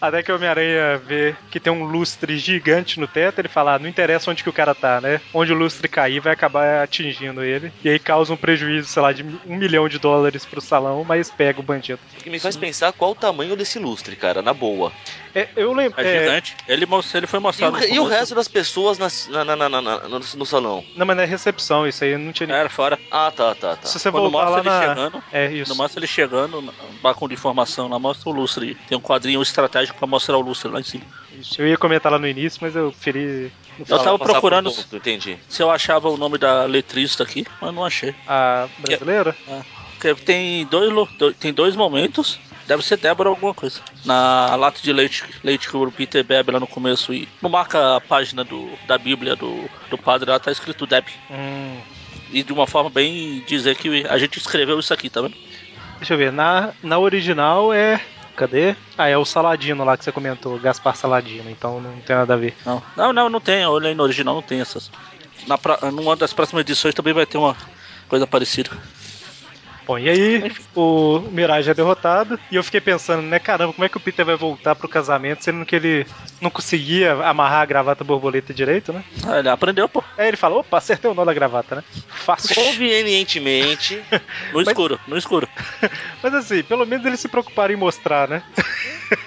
Speaker 1: até que o Homem-Aranha vê que tem um lustre gigante no teto, ele fala: ah, não interessa onde que o cara tá, né? Onde o lustre cair vai acabar atingindo ele. E aí causa um prejuízo, sei lá, de um milhão de dólares pro salão, mas pega o bandido.
Speaker 3: O que me faz pensar qual o tamanho desse lustre, cara, na boa.
Speaker 1: É, eu lembro.
Speaker 2: É, gigante. Ele, mo- ele foi
Speaker 3: E, o-
Speaker 2: mostrado. no
Speaker 3: e o
Speaker 2: começo.
Speaker 3: resto das pessoas nas- na- na- na- na- na- no, no salão?
Speaker 1: não, mas não é recepção, isso aí não tinha ninguém.
Speaker 2: Era fora.
Speaker 3: Ah, tá, tá, tá.
Speaker 1: Se você
Speaker 2: É, Quando
Speaker 1: voltar
Speaker 2: mostra
Speaker 1: lá
Speaker 2: ele
Speaker 1: na.
Speaker 2: chegando,
Speaker 1: É isso.
Speaker 2: Não mostra ele chegando, bacão de informação lá, mostra o lustre. Tem um quadrinho estratégico pra mostrar o lustre lá em cima.
Speaker 1: isso. Eu ia comentar lá no início, mas eu preferi. não
Speaker 2: Eu
Speaker 1: falar.
Speaker 2: tava
Speaker 3: Passar por um
Speaker 2: procurando
Speaker 3: ponto, Entendi.
Speaker 2: se eu achava o nome da letrista aqui, mas não achei. né?
Speaker 1: A brasileira?
Speaker 2: Porque tem dois, lu- do- tem dois momentos. Deve ser Débora alguma coisa. Na lata de leite, leite que o Peter bebe lá no começo e não marca a página do, da Bíblia do, do padre lá, tá escrito Deb.
Speaker 1: Hum.
Speaker 2: E de uma forma bem dizer que a gente escreveu isso aqui, tá vendo?
Speaker 1: Deixa eu ver, na, na original é. Cadê? Ah, é o Saladino lá que você comentou, Gaspar Saladino, então não tem nada a ver.
Speaker 2: Não, não, não, não tem. Eu olhei no original, não tem essas. na pra- numa das próximas edições também vai ter uma coisa parecida.
Speaker 1: Bom, e aí o Mirage é derrotado e eu fiquei pensando, né, caramba, como é que o Peter vai voltar pro casamento sendo que ele não conseguia amarrar a gravata borboleta direito, né?
Speaker 2: Ah, ele aprendeu, pô.
Speaker 1: Aí ele fala, opa, acertei o nó da gravata, né? Fácil.
Speaker 3: Convenientemente,
Speaker 2: No
Speaker 1: Mas-
Speaker 2: escuro, no escuro.
Speaker 1: Mas assim, pelo menos eles se preocuparam em mostrar, né?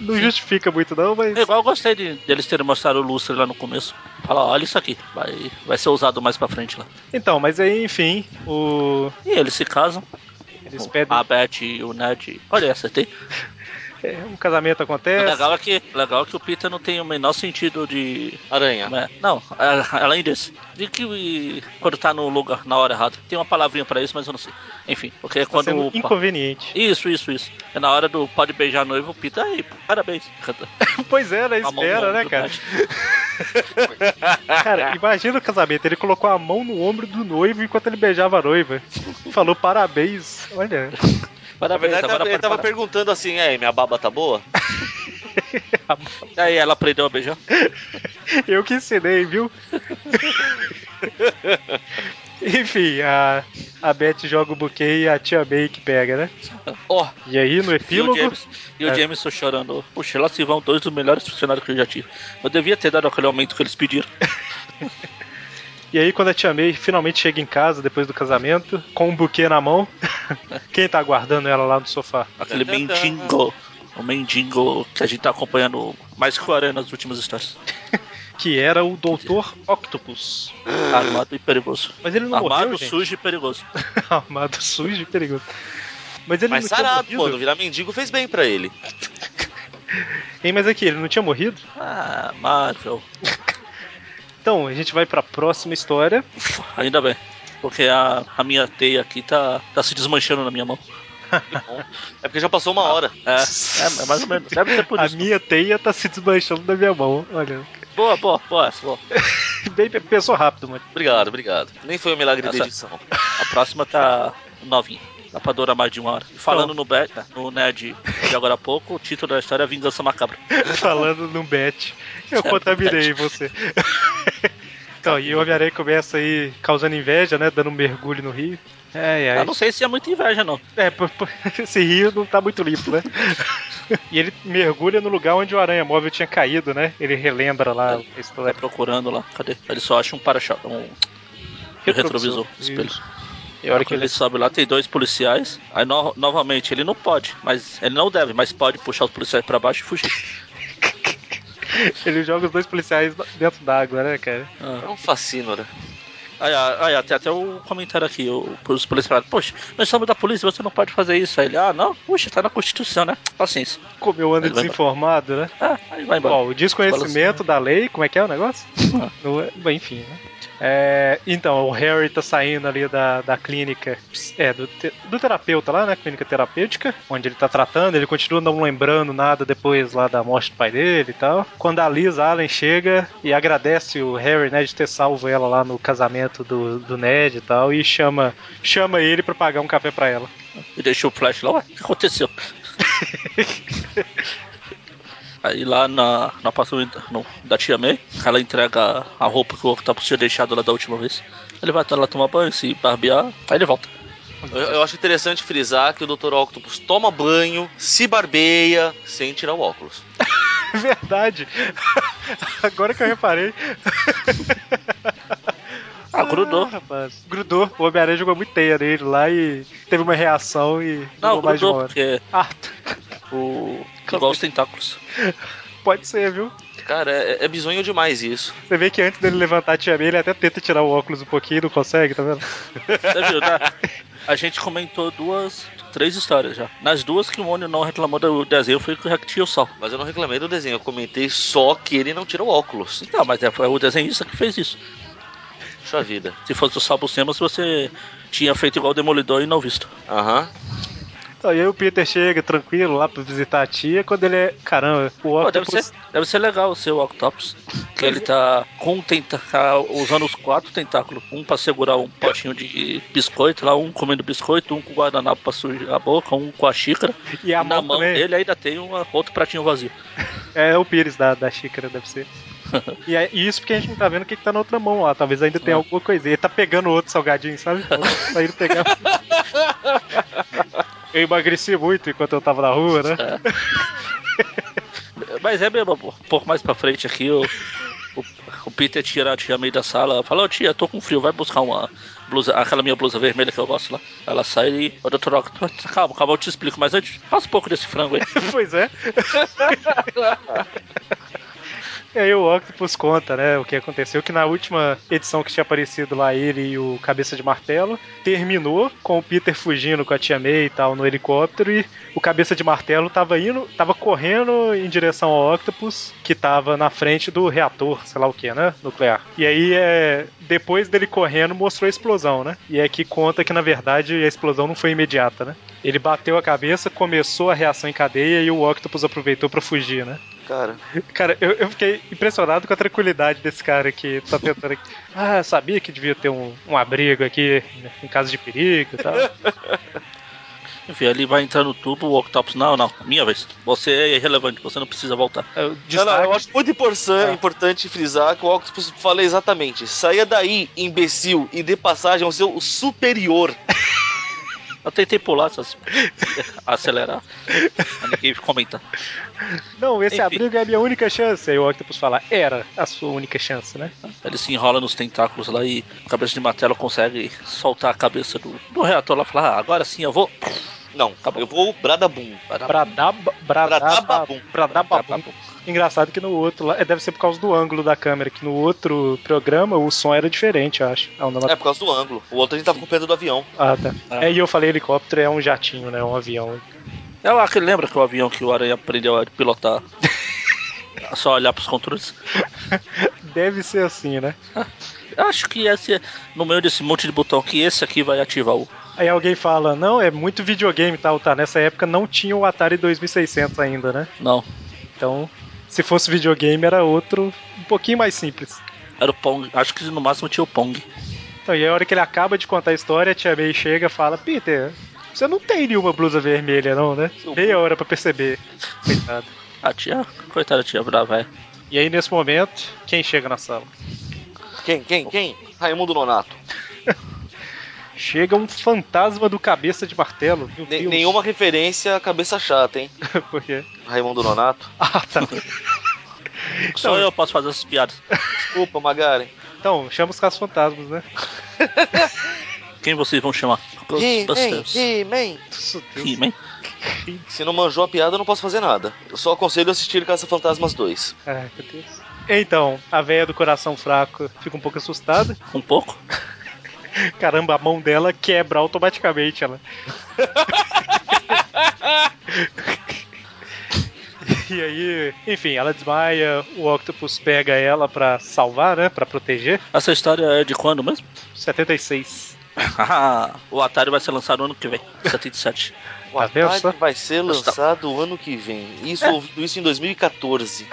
Speaker 1: não justifica muito não, mas
Speaker 2: É igual eu gostei de, deles terem mostrado o lustre lá no começo. Falar, olha isso aqui, vai, vai ser usado mais pra frente lá.
Speaker 1: então, mas aí enfim, o
Speaker 2: E eles se casam, É
Speaker 1: eles pedem,
Speaker 2: a Beth e o Ned. Olha, acertei.
Speaker 1: é, um casamento
Speaker 2: O
Speaker 1: acontece.
Speaker 2: legal é que, legal é que o Peter não tem o menor sentido de.
Speaker 3: Aranha.
Speaker 2: como é? Não, a- além desse. De que quando tá no lugar, na hora errada. Tem uma palavrinha pra isso, mas eu não sei. Enfim, porque
Speaker 1: Tá
Speaker 2: quando.
Speaker 1: sendo
Speaker 2: o pa-
Speaker 1: inconveniente.
Speaker 2: Isso, isso, isso. É na hora do pode beijar a noiva, o Peter aí, pô, parabéns.
Speaker 1: Pois é, né?
Speaker 2: A mão
Speaker 1: Espera,
Speaker 2: no
Speaker 1: né,
Speaker 2: ombro,
Speaker 1: cara? Cara, imagina o casamento. Ele colocou a mão no ombro do noivo enquanto ele beijava a noiva. Falou parabéns. Olha,
Speaker 3: Na
Speaker 2: Parabéns,
Speaker 3: verdade,
Speaker 2: agora
Speaker 3: ele
Speaker 2: pode
Speaker 3: tava
Speaker 2: parar.
Speaker 3: perguntando assim, aí, minha baba tá boa?
Speaker 2: Aí ela aprendeu a beijar.
Speaker 1: eu que ensinei, viu? Enfim, a, a Beth joga o buquê e a tia May que pega, né?
Speaker 2: Ó,
Speaker 1: E aí, no
Speaker 2: E o
Speaker 1: epílogo.
Speaker 2: James, e o
Speaker 1: É.
Speaker 2: Jameson chorando. Puxa, lá se vão dois dos melhores funcionários que eu já tive. Eu devia ter dado aquele aumento que eles pediram.
Speaker 1: E aí, quando a tia May finalmente chega em casa depois do casamento, com um buquê na mão, quem tá aguardando ela lá no sofá?
Speaker 2: Aquele
Speaker 3: Tantantã.
Speaker 2: mendigo. O mendigo que a gente tá acompanhando mais que o Aranha nas últimas histórias.
Speaker 1: Que era o Doutor Octopus.
Speaker 2: Armado e perigoso.
Speaker 1: Mas ele não
Speaker 2: Armado,
Speaker 1: morreu, gente.
Speaker 2: sujo e perigoso.
Speaker 1: Armado, sujo e perigoso. Mas ele
Speaker 3: Mas
Speaker 1: não tinha
Speaker 3: sarado,
Speaker 1: morrido.
Speaker 3: pô, não virar mendigo fez bem pra ele.
Speaker 1: Hein, mas aqui, ele não tinha morrido?
Speaker 2: Ah, Marvel.
Speaker 1: Então, a gente vai pra próxima história.
Speaker 2: Ufa, ainda bem. Porque a, a minha teia aqui tá, tá se desmanchando na minha mão.
Speaker 3: É porque já passou uma hora.
Speaker 2: É, é, é mais ou menos. Deve ser por
Speaker 1: a
Speaker 2: isso.
Speaker 1: minha teia tá se desmanchando da minha mão. Olha,
Speaker 2: Boa, boa, boa, boa.
Speaker 1: bem, pensou rápido, mano.
Speaker 3: Obrigado, obrigado. Nem foi um milagre de
Speaker 2: Essa-
Speaker 3: edição.
Speaker 2: A próxima tá novinha. Dá pra durar mais de uma hora. E falando no, Be no Ned de agora há pouco, o título da história é Vingança Macabra.
Speaker 1: Falando num bet. Eu
Speaker 2: É,
Speaker 1: contaminei você. então, e o Homem-Aranha começa aí causando inveja, né? Dando um mergulho no rio. Ai, ai.
Speaker 2: Eu não sei se é muita inveja, não.
Speaker 1: É, por- por- esse rio não tá muito limpo, né? e ele mergulha no lugar onde o Aranha Móvel tinha caído, né? Ele relembra lá a
Speaker 2: Vai
Speaker 1: história.
Speaker 2: Tá procurando lá. Cadê? Ele só acha um para-choque, um retrovisor, espelho.
Speaker 1: Isso. E a hora que
Speaker 2: Quando
Speaker 1: ele
Speaker 2: ele sobe lá, tem dois policiais. Aí, no- novamente, ele não pode, mas ele não deve, mas pode puxar os policiais pra baixo e fugir.
Speaker 1: Ele joga os dois policiais dentro d'água, né, cara?
Speaker 3: É um fascínora.
Speaker 2: Aí, a- aí até, até um comentário aqui, o, os policiais falaram, poxa, nós somos da polícia, você não pode fazer isso. Aí ele, ah, não, puxa, tá na Constituição, né? Paciência.
Speaker 1: Como eu ando
Speaker 2: Ele vai
Speaker 1: um desinformado, né?
Speaker 2: Ah, aí vai embora.
Speaker 1: Bom, o desconhecimento da lei, como é que é o negócio? Não é- bom, enfim, né? É, então, o Harry tá saindo ali da, da clínica, é, do, te- do terapeuta lá, né? Clínica terapêutica, onde ele tá tratando, ele continua não lembrando nada depois lá da morte do pai dele e tal. Quando a Liz Allen chega e agradece o Harry, né, de ter salvo ela lá no casamento do, do Ned e tal, e chama, chama ele pra pagar um café pra ela.
Speaker 2: E deixou o Flash lá, ué, o que aconteceu? Aí lá na, na apartamento no- da tia May, ela entrega a roupa que o Octopus tinha deixado lá da última vez. Ele vai até lá tomar banho, se barbear, aí ele volta.
Speaker 3: Eu, eu acho interessante frisar que o Dr. Octopus toma banho, se barbeia, sem tirar o óculos.
Speaker 1: É Verdade. Agora que eu reparei.
Speaker 2: Ah, grudou.
Speaker 1: rapaz. Grudou. O Homem-Aranha jogou muito teia nele lá e teve uma reação e
Speaker 2: Não,
Speaker 1: durou Ah, mais de uma
Speaker 2: grudou,
Speaker 1: hora.
Speaker 2: porque
Speaker 1: Ah,
Speaker 2: o. Igual os tentáculos.
Speaker 1: pode ser, viu?
Speaker 3: Cara, é, é bizonho demais isso.
Speaker 1: Você vê que antes dele levantar a tia May, ele até tenta tirar o óculos um pouquinho, não consegue, tá vendo?
Speaker 2: Você viu, né? A gente comentou duas, três histórias já. Nas duas que o Mônio não reclamou do desenho foi que o tinha o sol.
Speaker 3: Mas eu não reclamei do desenho, eu comentei só que ele não tira o óculos.
Speaker 2: Não, mas é, foi o desenhista que fez isso.
Speaker 3: Puxa vida.
Speaker 2: Se fosse o Salvo Semas, você tinha feito igual o Demolidor e não visto.
Speaker 3: Aham.
Speaker 1: Então, e aí o Peter chega tranquilo lá pra visitar a tia, quando ele é. Caramba, o
Speaker 2: Pô, deve,
Speaker 1: óculos.
Speaker 2: ser, deve ser legal o seu Octopus. Que ele tá com um tentáculo, usando os quatro tentáculos. Um pra segurar um potinho de biscoito lá, um comendo biscoito, um com guardanapo pra sujar a boca, um com a xícara.
Speaker 1: E a
Speaker 2: Na
Speaker 1: mão
Speaker 2: mão
Speaker 1: também.
Speaker 2: dele ainda tem uma, outro pratinho um, vazio.
Speaker 1: É o Pires da, da xícara, deve ser. E é isso porque a gente não tá vendo o que, que tá na outra mão lá. Talvez ainda tenha alguma coisa. Ele tá pegando outro salgadinho, sabe? Tá indo pegar. Eu emagreci muito enquanto eu tava na rua, né?
Speaker 2: Mas é mesmo, um pouco mais pra frente aqui, o, o, o Peter tira a tia meio da sala, fala, ô tia, tô com frio, vai buscar uma blusa, aquela minha blusa vermelha que eu gosto lá. Ela sai e, ô doutor, calma, calma, eu te explico, mas antes, passa um pouco desse frango aí.
Speaker 1: pois é. E aí o Octopus conta, né, o que aconteceu, que na última edição que tinha aparecido lá ele e o Cabeça de Martelo, terminou com o Peter fugindo com a tia May e tal no helicóptero e o Cabeça de Martelo tava indo, tava correndo em direção ao Octopus, que tava na frente do reator, sei lá o que, né, nuclear. E aí é, depois dele correndo mostrou a explosão, né? E é que conta que na verdade a explosão não foi imediata, né? Ele bateu a cabeça, começou a reação em cadeia e o Octopus aproveitou pra fugir, né?
Speaker 3: Cara,
Speaker 1: Cara, eu, eu fiquei impressionado com a tranquilidade desse cara que tá tentando aqui. Ah, sabia que devia ter um, um abrigo aqui né, em caso de perigo e tal. É,
Speaker 2: Enfim, ele vai entrar no tubo, o Octopus, não, não, minha vez. Você é irrelevante, você não precisa voltar.
Speaker 1: Eu
Speaker 3: não, não, eu
Speaker 1: destaque-
Speaker 3: acho muito importan-
Speaker 1: Ah.
Speaker 3: importante frisar que o Octopus fala exatamente: saia daí, imbecil, e dê passagem ao seu superior.
Speaker 2: Eu tentei pular, essas... acelerar, mas ninguém comenta.
Speaker 1: Não, esse
Speaker 2: Enfim.
Speaker 1: abrigo é a minha única chance. Aí o Octopus fala, era a sua única chance, né?
Speaker 2: Ele se enrola nos tentáculos lá e a cabeça de martelo consegue soltar a cabeça do, do reator lá e falar, ah, agora sim eu vou.
Speaker 3: Não, tá
Speaker 2: Acabou.
Speaker 3: eu vou bradabum.
Speaker 1: Bradaba, bradababum.
Speaker 3: Bradababum.
Speaker 1: Bradababum. Engraçado que no outro lá, é, deve ser por causa do ângulo da câmera, que no outro programa o som era diferente, eu acho. Ah, o nome-
Speaker 3: É por causa do ângulo. O outro a gente tava com medo do avião.
Speaker 1: Ah, tá.
Speaker 2: Ah.
Speaker 1: É, e eu falei helicóptero, é um jatinho, né? Um avião.
Speaker 2: É lá que lembra que o avião que o Aranha aprendeu a pilotar. É Só olhar pros controles.
Speaker 1: Deve ser assim, né?
Speaker 2: Eu acho que esse é no meio desse monte de botão que esse aqui vai ativar o.
Speaker 1: Aí alguém fala, não, é muito videogame e tal, tá? Nessa época não tinha o Atari 2600 ainda, né?
Speaker 2: Não.
Speaker 1: Então, se fosse videogame era outro, um pouquinho mais simples.
Speaker 2: Era o Pong. Acho que no máximo tinha o Pong.
Speaker 1: Então, e aí a hora que ele acaba de contar a história, a tia May chega e fala, Peter, você não tem nenhuma blusa vermelha não, né? Meia hora pra perceber. Coitado.
Speaker 2: A tia. Ah, Coitada da tia brava, é.
Speaker 1: E aí, nesse momento, quem chega na sala?
Speaker 3: Quem,
Speaker 1: Oh.
Speaker 3: quem, quem? Raimundo Nonato.
Speaker 1: Chega um fantasma do cabeça de martelo. Meu
Speaker 3: Ne-
Speaker 1: Deus.
Speaker 3: nenhuma referência à cabeça chata, hein?
Speaker 1: Por quê?
Speaker 3: Raimundo Nonato.
Speaker 1: Ah, tá.
Speaker 2: Só eu posso fazer essas piadas.
Speaker 3: Desculpa, Magari.
Speaker 1: Então, chama os caras fantasmas, né?
Speaker 2: Quem vocês vão chamar? Ghostbusters.
Speaker 3: He-Man.
Speaker 1: Nossa, Deus.
Speaker 2: He-Man.
Speaker 3: Se não manjou a piada, eu não posso fazer nada. Eu só aconselho assistir Caça Fantasmas 2.
Speaker 1: Ai, É, meu Deus. Então, a véia do coração fraco fica um pouco assustada.
Speaker 2: Um pouco?
Speaker 1: Caramba, a mão dela quebra automaticamente ela. E aí, enfim, ela desmaia, o Octopus pega ela pra salvar, né, pra proteger.
Speaker 2: Essa história é de quando mesmo?
Speaker 1: 76.
Speaker 2: Ah, o Atari vai ser lançado ano que vem, 77.
Speaker 3: O
Speaker 1: Tá vendo
Speaker 3: Atari
Speaker 1: só? tá-
Speaker 3: vai ser
Speaker 2: Eu estou-
Speaker 3: lançado ano que vem. Isso, ouvindo isso em 2014.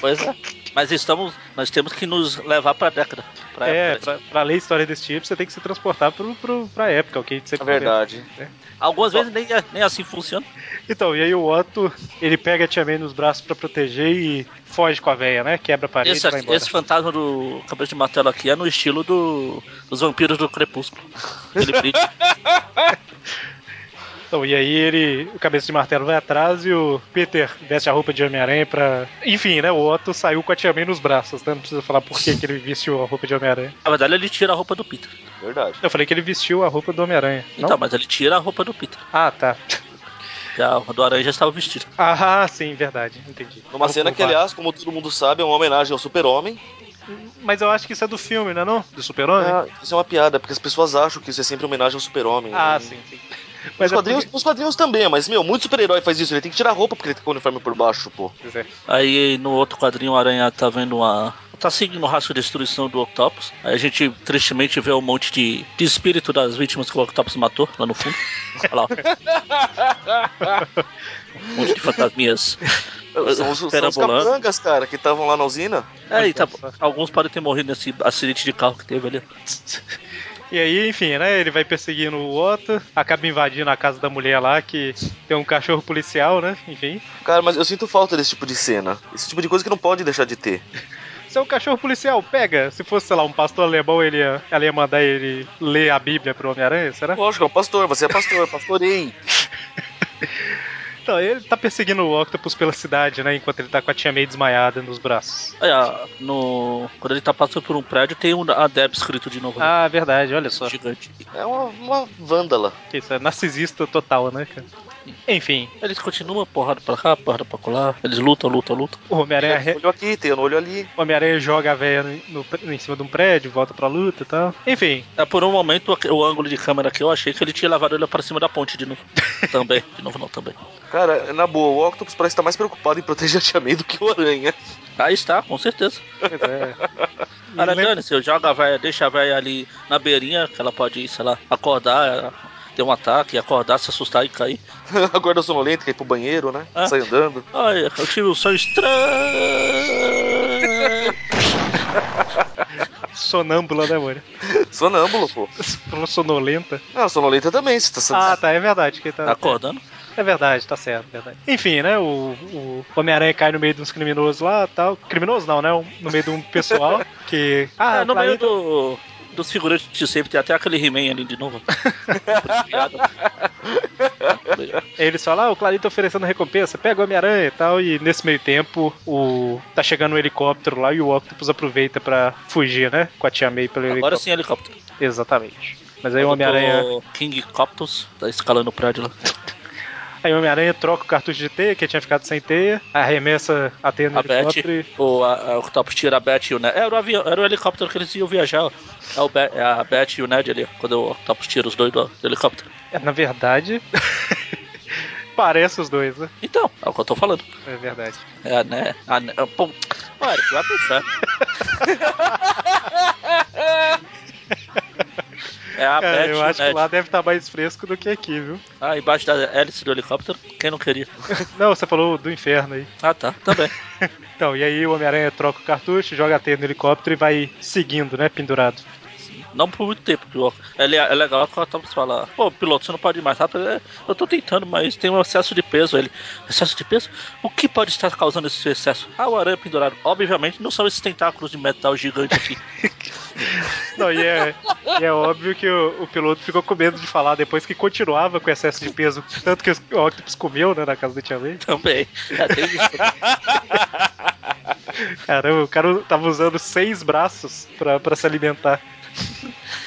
Speaker 2: pois é. Mas estamos, nós temos que nos levar pra década. Pra
Speaker 1: é,
Speaker 2: época.
Speaker 3: né?
Speaker 1: pra, pra ler história desse tipo, você tem que se transportar pro, pro, pra época, ok? Sempre
Speaker 3: É verdade.
Speaker 2: Algumas vezes nem, é- nem assim funciona.
Speaker 1: Então, e aí o Otto, ele pega a Tia May nos braços pra proteger e foge com a véia, né? Quebra a parede
Speaker 2: Esse,
Speaker 1: e vai
Speaker 2: aqui-
Speaker 1: embora.
Speaker 2: esse fantasma do cabeça de martelo aqui é no estilo do, dos vampiros do Crepúsculo. Ele brilha.
Speaker 1: Então, e aí ele, o cabeça de martelo vai atrás e o Peter veste a roupa de Homem-Aranha pra... Enfim, né, o Otto saiu com a Tia May nos braços, né? Não precisa falar por que que ele vestiu a roupa de Homem-Aranha.
Speaker 2: Na verdade, ele tira a roupa do Peter.
Speaker 3: Verdade.
Speaker 1: Eu falei que ele vestiu a roupa do Homem-Aranha, não?
Speaker 2: Então, mas ele tira a roupa do Peter.
Speaker 1: Ah, tá.
Speaker 2: Já, a do Aranha já estava vestido.
Speaker 1: Ah, sim, verdade, entendi.
Speaker 3: Numa cena que, aliás, como todo mundo sabe, é uma homenagem ao Super-Homem.
Speaker 1: Mas eu acho que isso é do filme, não é não? Do Super-Homem?
Speaker 3: Ah, isso é uma piada, porque as pessoas acham que isso é sempre homenagem ao Super-Homem.
Speaker 1: Ah,
Speaker 3: Né?
Speaker 1: sim, sim.
Speaker 3: Nos
Speaker 1: Mas é
Speaker 3: quadrinhos, nos quadrinhos também, mas, meu, muito super-herói faz isso. Ele tem que tirar a roupa porque ele tá com o uniforme por baixo, pô.
Speaker 1: porque- é.
Speaker 2: Aí no outro quadrinho o Aranha tá vendo uma. tá seguindo o rastro de destruição do Octopus. Aí a gente tristemente vê um monte de, de espírito das vítimas que o Octopus matou lá no fundo. Olha lá. ó. um monte de fantasminhas.
Speaker 3: São os, são os
Speaker 2: Perambulando.
Speaker 3: capangas, cara, que estavam lá na usina.
Speaker 2: É, e tá- alguns podem ter morrido nesse acidente de carro que teve ali.
Speaker 1: E aí, enfim, né? Ele vai perseguindo o Otto, acaba invadindo a casa da mulher lá, que tem um cachorro policial, né? Enfim.
Speaker 3: Cara, mas eu sinto falta desse tipo de cena. Esse tipo de coisa que não pode deixar de ter.
Speaker 1: Se é um cachorro policial, pega. Se fosse, sei lá, um pastor alemão, ele ia, ela ia mandar ele ler a Bíblia pro Homem-Aranha, será?
Speaker 3: Lógico, é um pastor, você é pastor, pastorei.
Speaker 1: Então, ele tá perseguindo o Octopus pela cidade, né? Enquanto ele tá com a tia meio desmaiada nos braços.
Speaker 2: Aí, ah, no... Quando ele tá passando por um prédio, tem um adepto escrito de novo.
Speaker 1: Ah, verdade, olha só.
Speaker 2: Gigante.
Speaker 3: É uma, uma vândala.
Speaker 1: Que isso é narcisista total, né, cara? Enfim,
Speaker 2: Eles continuam porrada pra cá, porrada pra colar. Eles lutam, lutam, lutam.
Speaker 1: o Homem-Aranha re-
Speaker 3: Olhou aqui, tem um olho ali.
Speaker 1: o Homem-Aranha joga a véia no- no- em cima de um prédio, volta pra luta e tal. Enfim,
Speaker 2: É, por um momento, aque- o ângulo de câmera aqui, eu achei que ele tinha levado ele pra cima da ponte de novo. também. De novo não, também.
Speaker 3: Cara, na boa, o Octopus parece estar mais preocupado em proteger a Tia May do que o Aranha.
Speaker 2: Aí está, com certeza.
Speaker 1: pois é.
Speaker 2: Cara,
Speaker 1: Lem-
Speaker 2: dane-se, eu jogo a véia, deixa a véia ali na beirinha, que ela pode, sei lá, acordar, ter um ataque, acordar, se assustar e cair.
Speaker 3: Aguarda sonolento, quer ir pro banheiro, né?
Speaker 2: Ah.
Speaker 3: Sai andando.
Speaker 2: Ai, eu tive um sonho estranho.
Speaker 1: sonâmbula, né, mano?
Speaker 3: Sonâmbulo, pô.
Speaker 1: Falou Sonolenta.
Speaker 3: Não, sonolenta também, se tá
Speaker 1: Ah, tá, é verdade. Que ele tá,
Speaker 2: Tá acordando?
Speaker 1: É verdade, tá certo, verdade. Enfim, né? O, o Homem-Aranha cai no meio de uns criminosos lá tal. Criminosos não, né? um- No meio de um pessoal que. Ah,
Speaker 2: Ah, no
Speaker 1: lá
Speaker 2: meio
Speaker 1: entra-
Speaker 2: do, dos figurantes de sempre tem até aquele He-Man ali de novo. Piada.
Speaker 1: Eles falam, ah, o Clarito oferecendo recompensa, pega o Homem-Aranha e tal. E nesse meio tempo, o. tá chegando um helicóptero lá e o Octopus aproveita pra fugir, né? Com a Tia May pelo
Speaker 2: Agora
Speaker 1: helicóptero.
Speaker 2: sim, helicóptero.
Speaker 1: Exatamente. Mas aí o um Homem-Aranha.
Speaker 2: O King Coptos tá escalando o prédio lá.
Speaker 1: Aí o Homem-Aranha troca o cartucho de teia, que tinha ficado sem teia, arremessa a teia no
Speaker 2: A Beth,
Speaker 1: helicóptero e.
Speaker 2: o, a, a Octopus tira a Beth e o Ned. Era o, avião, era o helicóptero que eles iam viajar. ó. É, o Be- é a Beth e o Ned ali, ó, quando o Octopus tira os dois do, do helicóptero.
Speaker 1: É, Na verdade. Parece os dois, né?
Speaker 2: Então, é o que eu tô falando.
Speaker 1: É verdade.
Speaker 2: É a Ned. A Ned. Pô, Ô, Eric, vai pro inferno. É a
Speaker 1: Cara,
Speaker 2: Beth e
Speaker 1: eu
Speaker 2: o
Speaker 1: acho que
Speaker 2: Ned.
Speaker 1: lá deve estar mais fresco do que aqui, viu?
Speaker 2: Ah, embaixo da hélice do helicóptero, quem não queria?
Speaker 1: Não, você falou do inferno aí.
Speaker 2: Ah, tá, também.
Speaker 1: Então, e aí o Homem-Aranha troca o cartucho, joga a teia no helicóptero e vai seguindo, né, pendurado.
Speaker 2: Não por muito tempo, porque o- é, le- é legal que o Octopus fala, pô, piloto, você não pode ir mais rápido. "É, Eu tô tentando, mas tem um excesso de peso. Ele, excesso de peso? O que pode estar causando esse excesso? Ah, o aranha pendurado. Obviamente não são esses tentáculos de metal gigante aqui.
Speaker 1: Não, e é, e é óbvio que o, o piloto ficou com medo de falar depois que continuava com excesso de peso, tanto que o Octopus comeu, né, na casa da Tia May.
Speaker 2: também. É, tem isso.
Speaker 1: Caramba, o cara tava usando seis braços pra, pra se alimentar.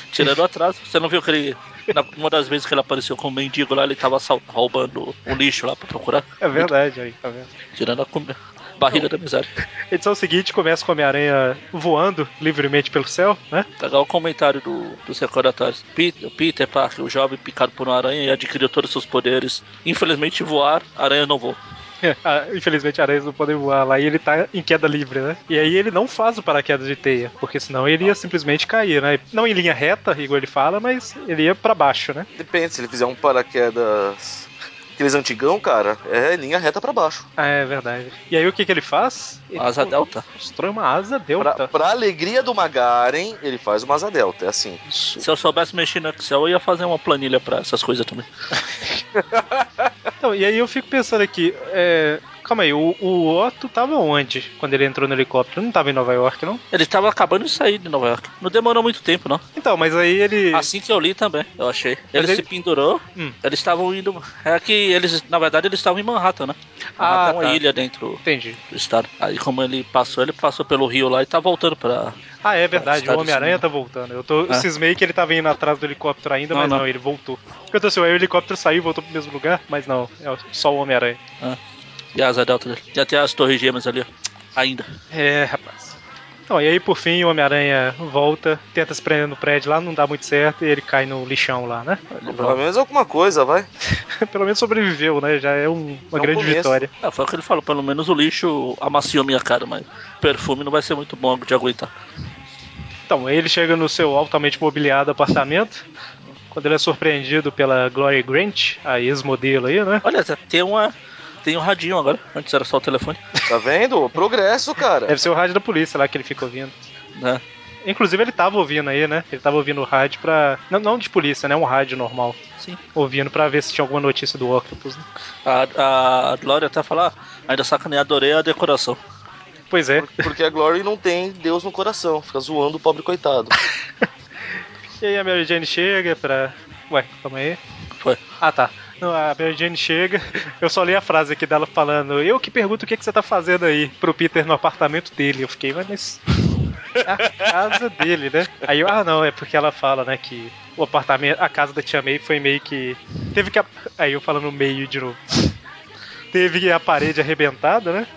Speaker 2: Tirando o atraso, você não viu que ele. na- uma das vezes que ele apareceu como mendigo lá, ele tava assal- roubando um lixo lá pra procurar.
Speaker 1: É verdade, aí, tá vendo?
Speaker 2: Tirando a comida. Barriga da miséria.
Speaker 1: Edição seguinte começa com o Homem-Aranha voando livremente pelo céu, né?
Speaker 2: Legal o comentário do, dos recordatórios. Peter, Peter Parker, o jovem picado por uma aranha e adquiriu todos os seus poderes. Infelizmente, voar, aranha não voa.
Speaker 1: Ah, Infelizmente, aranhas não podem voar lá e ele tá em queda livre, né? E aí ele não faz o paraquedas de teia, porque senão ele ia simplesmente cair, né? Não em linha reta, igual ele fala, mas ele ia pra baixo, né?
Speaker 3: Depende, se ele fizer um paraquedas. Aqueles antigão, cara, é linha reta pra baixo.
Speaker 1: Ah, é verdade. Ah. E aí o que que ele faz? Ele
Speaker 2: Asa delta.
Speaker 1: constrói uma asa
Speaker 3: Pra,
Speaker 1: delta.
Speaker 3: pra alegria do Magaren, ele faz uma asa delta, é assim.
Speaker 1: Isso.
Speaker 2: Se eu soubesse mexer no Excel, eu ia fazer uma planilha pra essas coisas também.
Speaker 1: Então, e aí eu fico pensando aqui, é, Calma aí, o, o Otto tava onde quando ele entrou no helicóptero? Não tava em Nova York, não?
Speaker 2: Ele tava acabando de sair de Nova York. Não demorou muito tempo, não.
Speaker 1: Então, mas aí ele.
Speaker 2: Assim que eu li também, eu achei. Ele,
Speaker 1: ele-
Speaker 2: se pendurou,
Speaker 1: Hum.
Speaker 2: eles estavam indo. É que eles, na verdade, eles estavam em Manhattan, né? Manhattan
Speaker 1: Ah,
Speaker 2: é uma
Speaker 1: tá.
Speaker 2: ilha dentro
Speaker 1: Entendi.
Speaker 2: do estado. Aí, como ele passou, ele passou pelo rio lá e tá voltando pra.
Speaker 1: Ah, é verdade,
Speaker 2: Estados
Speaker 1: o Homem-Aranha
Speaker 2: Unidos.
Speaker 1: tá voltando. Eu, tô, eu
Speaker 2: Ah.
Speaker 1: cismei que ele tava indo atrás do helicóptero ainda,
Speaker 2: Não,
Speaker 1: mas não.
Speaker 2: não.
Speaker 1: ele voltou. Eu tô assim, aí o helicóptero saiu e voltou pro mesmo lugar, mas não, é só o Homem-Aranha.
Speaker 2: E a asa delta dele. E até as torres gêmeas ali, ó. Ainda.
Speaker 1: É, rapaz. Então, e aí por fim o Homem-Aranha volta, tenta se prender no prédio lá, não dá muito certo e ele cai no lixão lá, né?
Speaker 2: Ele
Speaker 3: Pelo menos alguma coisa, vai.
Speaker 1: Pelo menos sobreviveu, né? Já é um- uma
Speaker 3: É um
Speaker 1: grande
Speaker 3: começo.
Speaker 1: vitória.
Speaker 2: É, foi o que ele falou, pelo menos o lixo amaciou minha cara, mas perfume não vai ser muito bom de aguentar.
Speaker 1: Então, ele chega no seu altamente mobiliado apartamento, quando ele é surpreendido pela Glory Grant, a ex-modelo aí, né?
Speaker 2: Olha, Zé, tem uma. Tem um radinho agora, antes era só o telefone.
Speaker 3: Tá vendo? Progresso, cara.
Speaker 1: É Deve ser o rádio da polícia lá que ele fica ouvindo.
Speaker 2: Né?
Speaker 1: Inclusive ele tava ouvindo aí, né? Ele tava ouvindo o rádio pra. Não, não de polícia, né? Um rádio normal.
Speaker 2: Sim.
Speaker 1: Ouvindo pra ver se tinha alguma notícia do Octopus. né?
Speaker 2: A, a Glória até falar, ainda sacaneia, adorei a decoração.
Speaker 1: Pois é.
Speaker 3: Porque a Glory não tem Deus no coração, fica zoando o pobre coitado.
Speaker 1: E aí a Mary Jane chega pra. Ué, calma aí.
Speaker 2: Foi.
Speaker 1: Ah tá. Não, a Mary Jane chega. Eu só li a frase aqui dela falando: Eu que pergunto o que, que você tá fazendo aí pro Peter no apartamento dele. Eu fiquei, "Ué, mas. é A casa dele, né? Aí eu, ah, não, é porque ela fala, né, que o apartamento, a casa da Tia May foi meio que. Teve que. a- Aí eu falando meio de novo. Teve a parede arrebentada, né?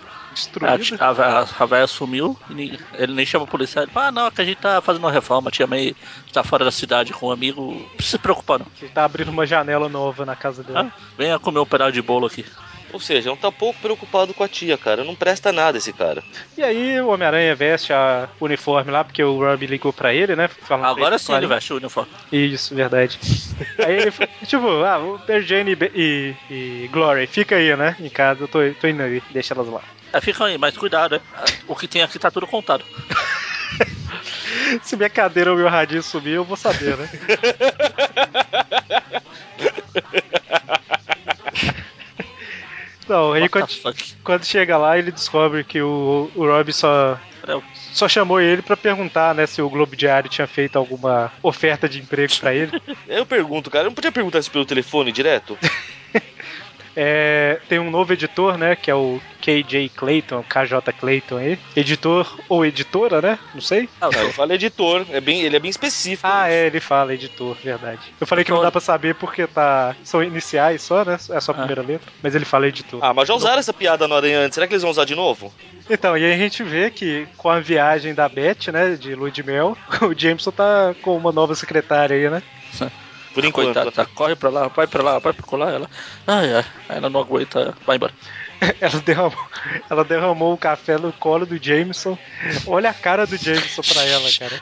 Speaker 2: A,
Speaker 1: Destruída.
Speaker 2: a, a, a véia sumiu, e nem- ele nem chama a polícia. Ele fala, ah, não, é que a gente tá fazendo uma reforma, a tia May tá fora da cidade com um amigo, não precisa se preocupar não.
Speaker 1: Ele tá abrindo uma janela nova na casa dele.
Speaker 2: Tá? Venha comer um pedaço de bolo aqui.
Speaker 3: Ou seja, não tá pouco preocupado com a tia, cara. Não presta nada esse cara.
Speaker 2: Ah.
Speaker 1: E aí o Homem-Aranha veste a uniforme lá, porque o Rob ligou pra ele, né? Falando pra
Speaker 2: Agora
Speaker 1: ele
Speaker 2: sim
Speaker 1: falar-
Speaker 2: ele veste o uniforme.
Speaker 1: Isso, verdade. aí ele falou, tipo, ah, o Mary Jane e, Be- e, e Glory, fica aí, né? Em casa, eu tô, tô indo aí, deixa elas lá.
Speaker 2: É, fica aí, mas cuidado, né? O que tem aqui tá tudo contado.
Speaker 1: Se minha cadeira ou meu radinho sumir, eu vou saber, né? Não, aí
Speaker 2: What the
Speaker 1: quando,
Speaker 2: fuck?
Speaker 1: quando chega lá, ele descobre que o, o Rob só,
Speaker 2: Peraí,
Speaker 1: só chamou ele pra perguntar, né, se o Globo Diário tinha feito alguma oferta de emprego pra ele.
Speaker 3: Eu pergunto, cara, eu não podia perguntar isso pelo telefone direto?
Speaker 1: É, tem um novo editor, né? Que é o KJ Clayton, KJ Clayton aí. Editor ou editora, né? Não sei.
Speaker 2: Ah,
Speaker 3: Ah, eu falo editor, é bem, ele é bem específico.
Speaker 1: Ah, é, ele fala editor, verdade. Eu falei que não dá pra saber porque tá. São iniciais só, né? É só a primeira letra. Mas ele fala editor.
Speaker 3: Ah, mas já usaram essa piada no Aranha antes. Será que eles vão usar de novo?
Speaker 1: Então, e aí a gente vê que com a viagem da Beth, né? De Lua de Mel, o Jameson tá com uma nova secretária aí, né?
Speaker 3: Por enquanto.
Speaker 2: Coitada, tá, corre pra lá, vai pra lá, vai pra lá, ela. Ai, ai, ela não aguenta, vai embora.
Speaker 1: Ela derramou, ela derramou o café no colo do Jameson. Olha a cara do Jameson pra ela, cara.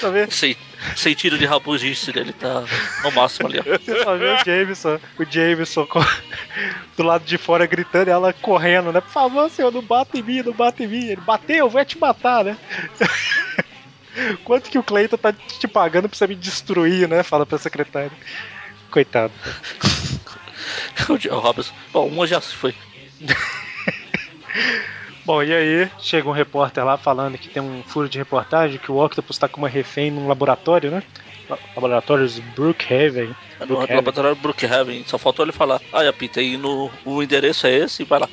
Speaker 1: Tá vendo?
Speaker 2: Sem, sem tiro de rabugice dele, tá no máximo ali, ó.
Speaker 1: Você só vê o Jameson, o Jameson co- do lado de fora gritando e ela correndo, né? Por favor, senhor, não bate em mim, não bate em mim. Ele bateu, vai te matar, né? Quanto que o Cleiton tá te pagando pra você me destruir, né? Fala pra secretária. Coitado.
Speaker 2: O Robson. Bom, uma já se foi.
Speaker 1: Bom, e aí chega um repórter lá falando que tem um furo de reportagem que o Octopus tá com uma refém num laboratório, né? Laboratórios Brookhaven.
Speaker 2: Tá É No
Speaker 1: Brookhaven.
Speaker 2: laboratório Brookhaven, só faltou ele falar, olha Peter, e no, o endereço é esse, vai lá.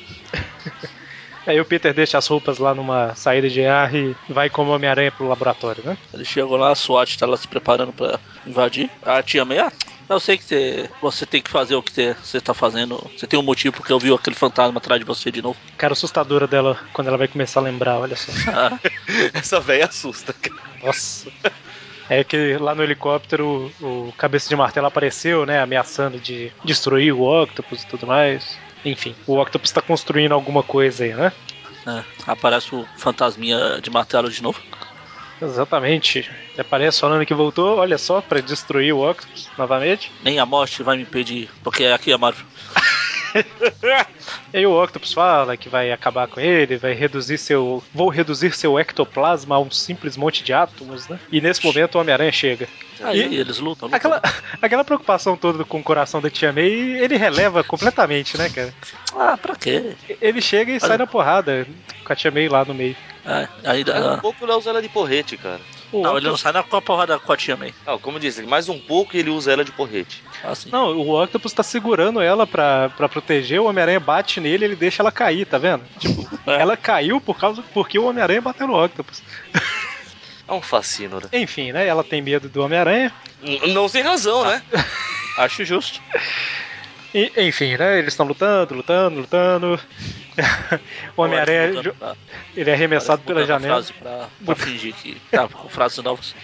Speaker 1: Aí o Peter deixa as roupas lá numa saída de ar e vai como Homem-Aranha pro laboratório, né?
Speaker 2: Ele chegou lá, a SWAT tá lá se preparando pra invadir. A tia May, ah, eu sei que você, você tem que fazer o que você- você tá fazendo. Você tem um motivo porque eu vi aquele fantasma atrás de você de novo.
Speaker 1: Cara, assustadora dela quando ela vai começar a lembrar, olha só.
Speaker 2: Ah,
Speaker 3: Essa véia assusta, cara.
Speaker 1: Nossa. É que lá no helicóptero o, o Cabeça de Martelo apareceu, né? Ameaçando de destruir o Octopus e tudo mais. Enfim, o Octopus tá construindo alguma coisa aí, né?
Speaker 2: é, aparece o fantasminha de martelo de novo.
Speaker 1: Exatamente. Ele Aparece falando que voltou, olha só, pra destruir o Octopus novamente.
Speaker 2: Nem a morte vai me impedir, porque aqui é Marvel.
Speaker 1: E aí o Octopus fala que vai acabar com ele, vai reduzir seu. Vou reduzir seu ectoplasma a um simples monte de átomos, né? E nesse momento o Homem-Aranha chega.
Speaker 2: Aí
Speaker 1: E-
Speaker 2: eles lutam, lutam.
Speaker 1: Aquela, aquela preocupação toda com o coração da Tia May, ele releva completamente, né, cara?
Speaker 2: Ah, pra quê?
Speaker 1: Ele chega e sai na porrada com a Tia May lá no meio.
Speaker 2: É,
Speaker 3: Mais
Speaker 2: ainda.
Speaker 3: um pouco ele usa ela de porrete, cara.
Speaker 1: O
Speaker 2: Não,
Speaker 1: Octo-
Speaker 2: ele não sai na com a porrada com a tia May.
Speaker 3: Ah, como diz, ele mais um pouco e ele usa ela de porrete.
Speaker 2: Assim.
Speaker 1: não, o Octopus tá segurando ela pra, pra proteger, o Homem-Aranha bate nele ele deixa ela cair, tá vendo? Tipo,
Speaker 2: É.
Speaker 1: ela caiu por causa porque o Homem-Aranha bateu no Octopus.
Speaker 3: É um fascínio, né?
Speaker 1: Enfim, né? Ela tem medo do Homem-Aranha.
Speaker 3: N- Não sem razão, né?
Speaker 2: Acho justo.
Speaker 1: E- Enfim, né? Eles estão lutando, lutando, lutando. o Homem-Aranha
Speaker 2: Mudando
Speaker 1: ju-
Speaker 2: pra-
Speaker 1: ele é arremessado
Speaker 2: ah, mudando
Speaker 1: pela
Speaker 2: a
Speaker 1: janela.
Speaker 2: Frase pra, pra fingir que tá com frases novas.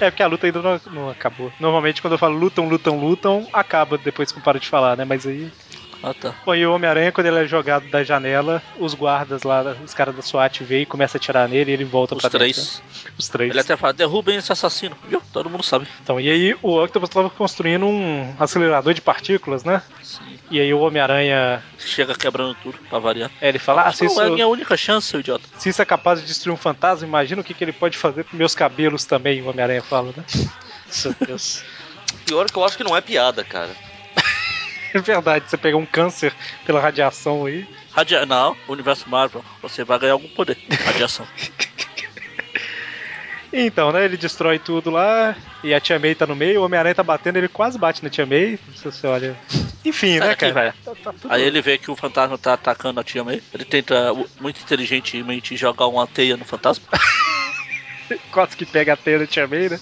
Speaker 1: É porque a luta ainda não, não acabou. Normalmente quando eu falo lutam, lutam, lutam, acaba depois que eu paro de falar, né? Mas aí.
Speaker 2: Ah, tá.
Speaker 1: Bom, e o Homem-Aranha, quando ele é jogado da janela, os guardas lá, os caras da SWAT vê e começa a atirar nele e ele volta
Speaker 2: Os
Speaker 1: pra
Speaker 2: três.
Speaker 1: dentro. né? Os três.
Speaker 2: Ele até fala, derrubem esse assassino, viu? Todo mundo sabe.
Speaker 1: Então, e aí o Octopus tava construindo um acelerador de partículas, né?
Speaker 2: Sim.
Speaker 1: E aí o Homem-Aranha,
Speaker 2: Chega quebrando tudo, pra variar.
Speaker 1: é, ele fala, ah, se
Speaker 2: Não,
Speaker 1: isso,
Speaker 2: é a minha única chance, seu idiota.
Speaker 1: se isso é capaz de destruir um fantasma, imagina o que, que ele pode fazer pros meus cabelos também, o Homem-Aranha fala, né?
Speaker 6: Meu Deus.
Speaker 3: Pior que eu acho que não é piada, cara.
Speaker 1: É verdade, você pegar um câncer pela radiação aí.
Speaker 2: Radia... Não, universo Marvel, você vai ganhar algum poder. Radiação.
Speaker 1: Então, né, ele destrói tudo lá e a Tia May tá no meio, o Homem-Aranha tá batendo, ele quase bate na Tia May, se você olha... Enfim,
Speaker 2: Sai
Speaker 1: né, cara?
Speaker 2: daqui, velho. Aí ele vê que o fantasma tá atacando a tia May. Ele tenta u- muito inteligentemente jogar uma teia no fantasma.
Speaker 1: Quase que pega a teia da Tia May, né?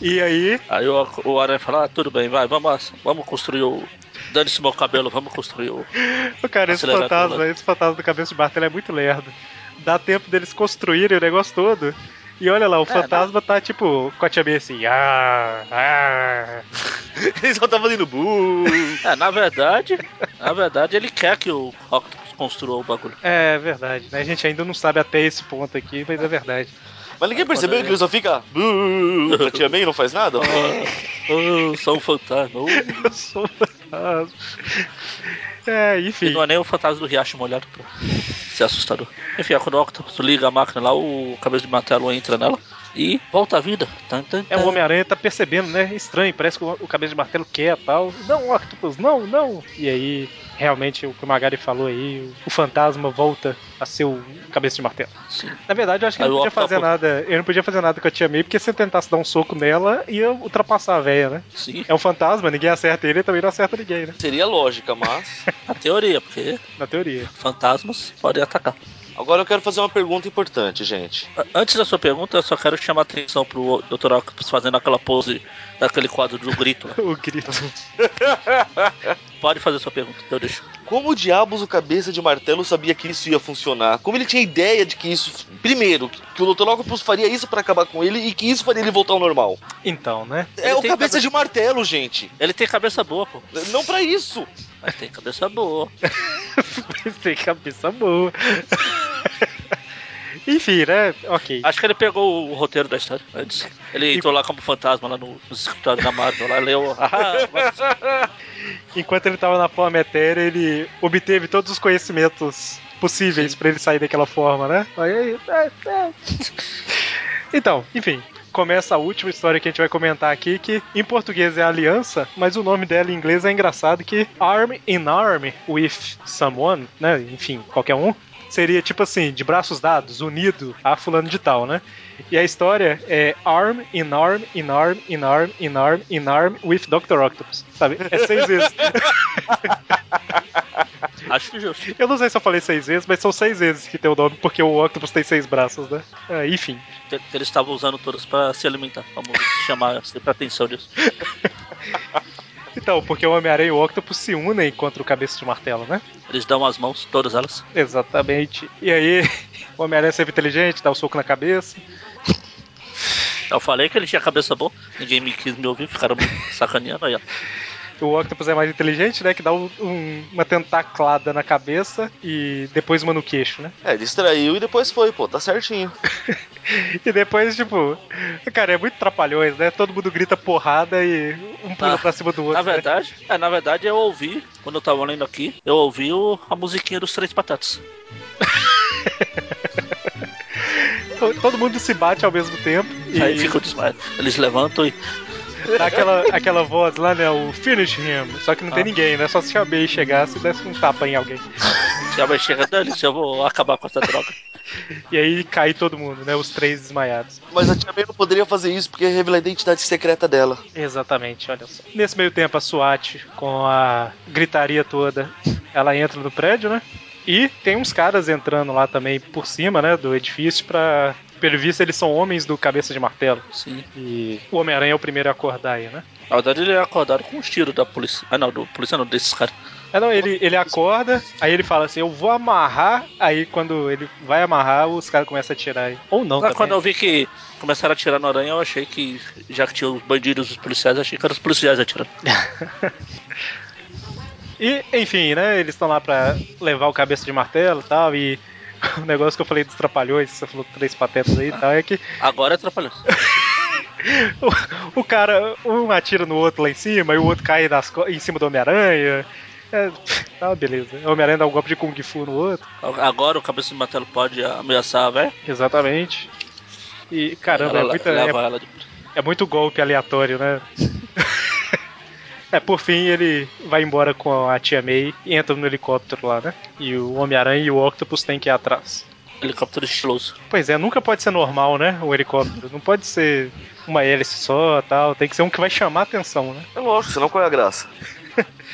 Speaker 1: E aí,
Speaker 2: Aí o, o Aranha fala, ah, tudo bem, vai, vamos, vamos construir o. Dane-se meu cabelo, vamos construir o.
Speaker 1: Ô, Cara, é esse
Speaker 2: Acelerar
Speaker 1: fantasma,
Speaker 2: tudo.
Speaker 1: esse fantasma do cabeça de martelo é muito lerdo. Dá tempo deles construírem o negócio todo. E olha lá, o fantasma tá tipo com a tia May assim, ah, ah.
Speaker 3: Eles só estavam fazendo bu.
Speaker 2: É, na verdade, na verdade ele quer que o Octopus construa o bagulho.
Speaker 1: É verdade, né? A gente ainda não sabe até esse ponto aqui, mas é verdade.
Speaker 3: Mas ninguém percebeu que ele só fica bu. A tia May não faz nada?
Speaker 2: Oh, Ah, só um fantasma. Oh.
Speaker 1: Eu sou um fantasma. É,
Speaker 2: E
Speaker 1: enfim.
Speaker 2: não é nem o fantasma do riacho molhado pra ser assustador. Enfim, aí quando o Octopus liga a máquina lá, o cabeça de martelo entra nela e volta à vida. Tan, tan,
Speaker 1: É o
Speaker 2: tan.
Speaker 1: Homem-Aranha tá percebendo, né? Estranho, parece que o o cabeça de martelo quer tal. Não, Octopus, não, não. E aí, realmente, o que o Magari falou aí, o- o fantasma volta a ser o cabeça de martelo.
Speaker 2: Sim.
Speaker 1: Na verdade, eu acho que
Speaker 2: Aí
Speaker 1: eu não
Speaker 2: o
Speaker 1: podia fazer
Speaker 2: Octopus-
Speaker 1: nada. Eu não podia fazer nada com a Tia May, porque se eu tentasse dar um soco nela, ia ultrapassar a véia, né?
Speaker 2: Sim,
Speaker 1: É um fantasma, ninguém acerta ele, também não acerta ninguém, né?
Speaker 3: Seria lógica, mas.
Speaker 2: na é teoria, porque
Speaker 1: Na teoria.
Speaker 2: fantasmas podem atacar.
Speaker 3: Agora eu quero fazer uma pergunta importante, gente.
Speaker 2: A- Antes da sua pergunta, eu só quero chamar a atenção pro Dr. Octopus fazendo aquela pose daquele quadro do grito. lá.
Speaker 1: O grito.
Speaker 2: Pode fazer sua pergunta, então eu deixo.
Speaker 3: Como diabos o cabeça de martelo sabia que isso ia funcionar? Como ele tinha ideia de que isso. Primeiro, que que o Dr. Octopus faria isso pra acabar com ele e que isso faria ele voltar ao normal.
Speaker 1: Então, né?
Speaker 3: é o
Speaker 2: tem
Speaker 3: cabeça
Speaker 2: cabe-
Speaker 3: de martelo, gente.
Speaker 2: Ele tem cabeça boa, pô.
Speaker 3: Não pra isso.
Speaker 2: Mas tem cabeça boa.
Speaker 1: Tem cabeça boa. Enfim, né? Ok.
Speaker 2: Acho que ele pegou o roteiro da história antes. Ele entrou lá como fantasma lá no, nos escritórios da Marvel, lá leu. Ah, vai
Speaker 1: Enquanto ele tava na forma etérea, ele obteve todos os conhecimentos possíveis pra ele sair daquela forma, né? Aí, aí, é, é. Então, enfim, começa a última história que a gente vai comentar aqui, que em português é Aliança, mas o nome dela em inglês é engraçado que Arm in Arm with Someone, né? Enfim, qualquer um. Seria tipo assim, de braços dados, unido a fulano de tal, né? E a história é Arm in Arm in Arm in Arm in Arm in Arm with Dr. Octopus, sabe? É seis vezes.
Speaker 2: Acho justo.
Speaker 1: Eu não sei se eu falei seis vezes, mas são seis vezes que tem o nome, porque o Octopus tem seis braços, né? É, enfim.
Speaker 2: Que que eles estavam usando todas pra se alimentar. Vamos chamar sempre a atenção disso.
Speaker 1: Então, porque o Homem-Aranha e o Octopus se unem contra o Cabeça de Martelo, né?
Speaker 2: Eles dão as mãos, todas elas.
Speaker 1: Exatamente. E aí, o Homem-Aranha é sempre inteligente, dá o soco na cabeça.
Speaker 2: Eu falei que ele tinha cabeça boa, ninguém me quis me ouvir, ficaram me sacaneando aí, ó.
Speaker 1: O Octopus é mais inteligente, né? Que dá um- um- uma tentaclada na cabeça e depois uma no queixo, né?
Speaker 3: É, distraiu e depois foi, pô, tá certinho.
Speaker 1: E depois, tipo, cara, é muito trapalhões, né? Todo mundo grita porrada e um pula
Speaker 2: Ah,
Speaker 1: pra cima do outro.
Speaker 2: Na
Speaker 1: né?
Speaker 2: verdade, é, na verdade eu ouvi, quando eu tava lendo aqui, eu ouvi o- a musiquinha dos três patatas.
Speaker 1: To- Todo mundo se bate ao mesmo tempo. E
Speaker 2: Aí fica o desmaio. Eles levantam e.
Speaker 1: Dá aquela, aquela voz lá, né? O finish him. Só que não tem
Speaker 2: Ah.
Speaker 1: ninguém, né? Só se a May chegasse e desse um tapa em alguém.
Speaker 2: E a mãe chega dele, eu vou acabar com essa droga.
Speaker 1: E aí cai todo mundo, né? Os três desmaiados.
Speaker 3: Mas a tia May não poderia fazer isso porque revela a identidade secreta dela.
Speaker 1: Exatamente, olha só. Nesse meio tempo, a SWAT, com a gritaria toda, ela entra no prédio, né? E tem uns caras entrando lá também por cima, né? Do edifício pra. Pelo visto, eles são homens do cabeça de martelo.
Speaker 2: Sim.
Speaker 1: E o Homem-Aranha é o primeiro a acordar aí, né?
Speaker 2: Na verdade, ele é acordado com os tiros da polícia. Ah, não, do polícia não, desses caras.
Speaker 1: É, não, ele, ele acorda, aí ele fala assim, eu vou amarrar, aí quando ele vai amarrar, os caras começam a tirar aí. Ou não,
Speaker 2: Mas quando
Speaker 1: também.
Speaker 2: eu vi que começaram a atirar no aranha, eu achei que, já que tinha os bandidos e os policiais, achei que eram os policiais atirando.
Speaker 1: E, enfim, né? Eles estão lá pra levar o cabeça de martelo e tal. E o negócio que eu falei dos trapalhões, você falou três patetas aí e tal, é que
Speaker 2: Agora atrapalhou.
Speaker 1: o, o cara, um atira no outro lá em cima e o outro cai nas, co- em cima do Homem-Aranha. É, tá, beleza. O Homem-Aranha dá um golpe de Kung Fu no outro.
Speaker 2: Agora o cabeça de martelo pode ameaçar, velho.
Speaker 1: Exatamente. E caramba, é,
Speaker 2: ela,
Speaker 1: muita,
Speaker 2: leva
Speaker 1: é,
Speaker 2: ela de-
Speaker 1: é muito golpe aleatório, né? é, por fim, ele vai embora com a tia May e entra no helicóptero lá, né? E o Homem-Aranha e o Octopus têm que ir atrás.
Speaker 2: helicóptero estiloso.
Speaker 1: Pois é, nunca pode ser normal, né? O helicóptero. Não pode ser uma hélice só tal. Tem que ser um que vai chamar a atenção, né?
Speaker 3: É lógico, senão qual é a graça?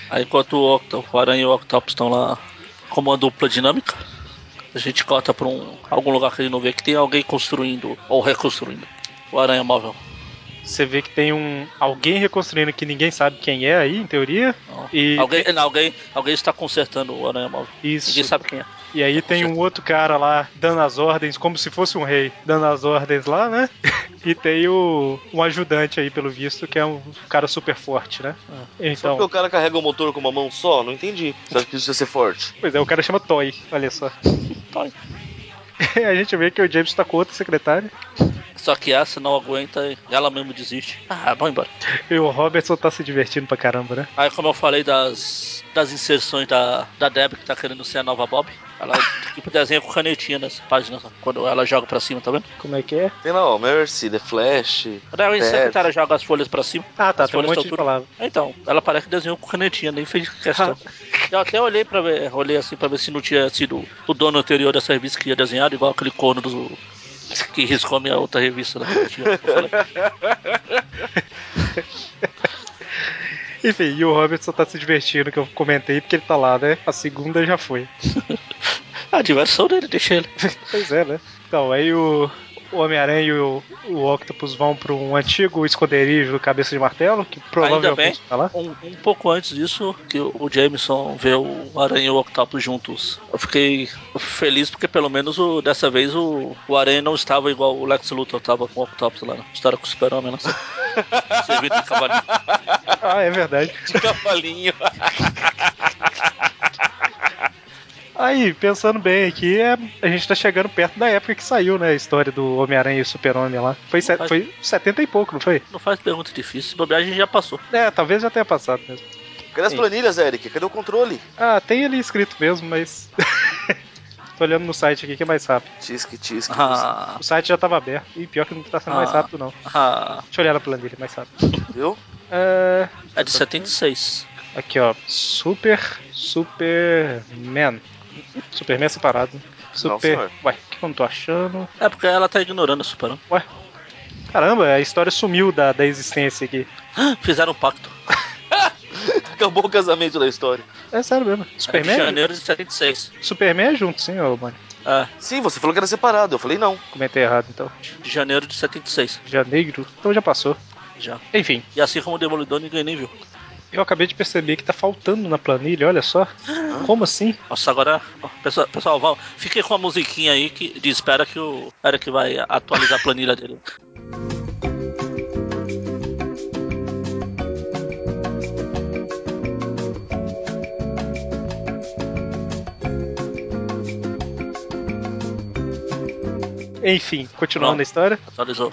Speaker 2: Aí enquanto o, Octo, o Aranha e o Octopus estão lá como uma dupla dinâmica, a gente corta pra um, algum lugar que ele não vê que tem alguém construindo ou reconstruindo o Aranha Móvel.
Speaker 1: Você vê que tem um alguém reconstruindo que ninguém sabe quem é aí, em teoria.
Speaker 2: Não.
Speaker 1: E
Speaker 2: Alguém, não, alguém, alguém está consertando o Aranha Móvel.
Speaker 1: isso.
Speaker 2: Ninguém sabe quem é.
Speaker 1: E aí tem um outro cara lá dando as ordens, como se fosse um rei, dando as ordens lá, né? e tem o um ajudante aí, pelo visto, que é um cara super forte, né?
Speaker 2: Ah.
Speaker 3: Só porque
Speaker 1: Então,
Speaker 3: o cara carrega o motor com uma mão só? Não entendi. Você acha que isso ia ser forte?
Speaker 1: pois é, o cara chama Toy, olha só.
Speaker 2: Toy.
Speaker 1: a gente vê que o James tá com outra secretária.
Speaker 2: Só que essa não aguenta e ela mesmo desiste. Ah, vamos embora.
Speaker 1: E o Robertson tá se divertindo pra caramba, né?
Speaker 2: Aí como eu falei das, das inserções da, da Deb que tá querendo ser a nova Bob, ela tipo desenha com canetinha nessa página, quando ela joga pra cima, tá vendo?
Speaker 1: Como é que é?
Speaker 3: Tem lá, ó, Mercy, The Flash.
Speaker 2: Quando a
Speaker 3: Deb.
Speaker 2: secretária joga as folhas pra cima,
Speaker 1: Ah, tá,
Speaker 2: As
Speaker 1: tem um
Speaker 2: folhas
Speaker 1: monte
Speaker 2: tão
Speaker 1: de
Speaker 2: tudo-
Speaker 1: palavra.
Speaker 2: Então, ela parece que desenhou com canetinha, nem fez questão. Eu até olhei pra ver, olhei assim pra ver se não tinha sido o dono anterior dessa revista que ia desenhar, igual aquele corno do. que riscou a minha outra revista da canetinha. Eu falei, "Ah,
Speaker 1: Enfim, e o Robertson tá se divertindo, que eu comentei, porque ele tá lá, né? A segunda já foi.
Speaker 2: A diversão dele, deixa ele.
Speaker 1: Pois é, né? Então, aí o, o Homem-Aranha e o, o Octopus vão para um antigo esconderijo do Cabeça de Martelo, que provavelmente tá lá.
Speaker 2: Um, um pouco antes disso, que o o Jameson vê o Aranha e o Octopus juntos. Eu fiquei feliz porque pelo menos o- dessa vez o, o Aranha não estava igual o Lex Luthor estava com o Octopus lá, né? Estava com o Super-Homem lá. Servindo de cavalinho.
Speaker 1: Ah, é verdade.
Speaker 3: De cavalinho.
Speaker 1: Aí, pensando bem aqui, é- a gente tá chegando perto da época que saiu, né? A história do Homem-Aranha e o Super-Homem lá. Foi, se-
Speaker 2: Mas-
Speaker 1: foi 70 e pouco, não foi?
Speaker 2: Não faz pergunta difícil, se bobear a gente já passou.
Speaker 1: É, talvez já tenha passado mesmo.
Speaker 3: Cadê as planilhas, Eric? Cadê o controle?
Speaker 1: Ah, tem ali escrito mesmo, mas. Tô olhando no site aqui que é mais rápido.
Speaker 3: Tisque, tisque.
Speaker 2: Ah,
Speaker 1: O site já tava aberto. E pior que não tá sendo mais
Speaker 2: Ah.
Speaker 1: rápido, não.
Speaker 2: ah,
Speaker 1: Deixa eu olhar na planilha mais rápido.
Speaker 3: Viu?
Speaker 1: É,
Speaker 2: é de 76.
Speaker 1: Aqui, ó. Super. Superman. Superman separado. Super.
Speaker 3: senhor.
Speaker 1: Ué, o que eu não tô achando?
Speaker 2: É porque ela tá ignorando o Superman.
Speaker 1: Caramba, a história sumiu da, da existência aqui.
Speaker 2: Fizeram um pacto.
Speaker 3: Acabou o casamento da história.
Speaker 1: É sério mesmo.
Speaker 2: É de
Speaker 1: Superman?
Speaker 2: janeiro de 76.
Speaker 1: Superman é junto, sim, ô, mano.
Speaker 2: É,
Speaker 3: Sim, você falou que era separado. Eu falei não.
Speaker 1: Comentei errado, então.
Speaker 2: de janeiro de 76.
Speaker 1: Janeiro. Então já passou.
Speaker 2: Já.
Speaker 1: Enfim,
Speaker 2: E assim como o Demolidor, ninguém nem viu.
Speaker 1: eu acabei de perceber que tá faltando na planilha, olha só. Como assim?
Speaker 2: Nossa, agora. ó, Pessoal, pessoal vamos. Fiquei com a musiquinha aí que de espera que o era que vai atualizar a planilha dele.
Speaker 1: Enfim, continuando
Speaker 2: Pronto.
Speaker 1: a história.
Speaker 2: Atualizou.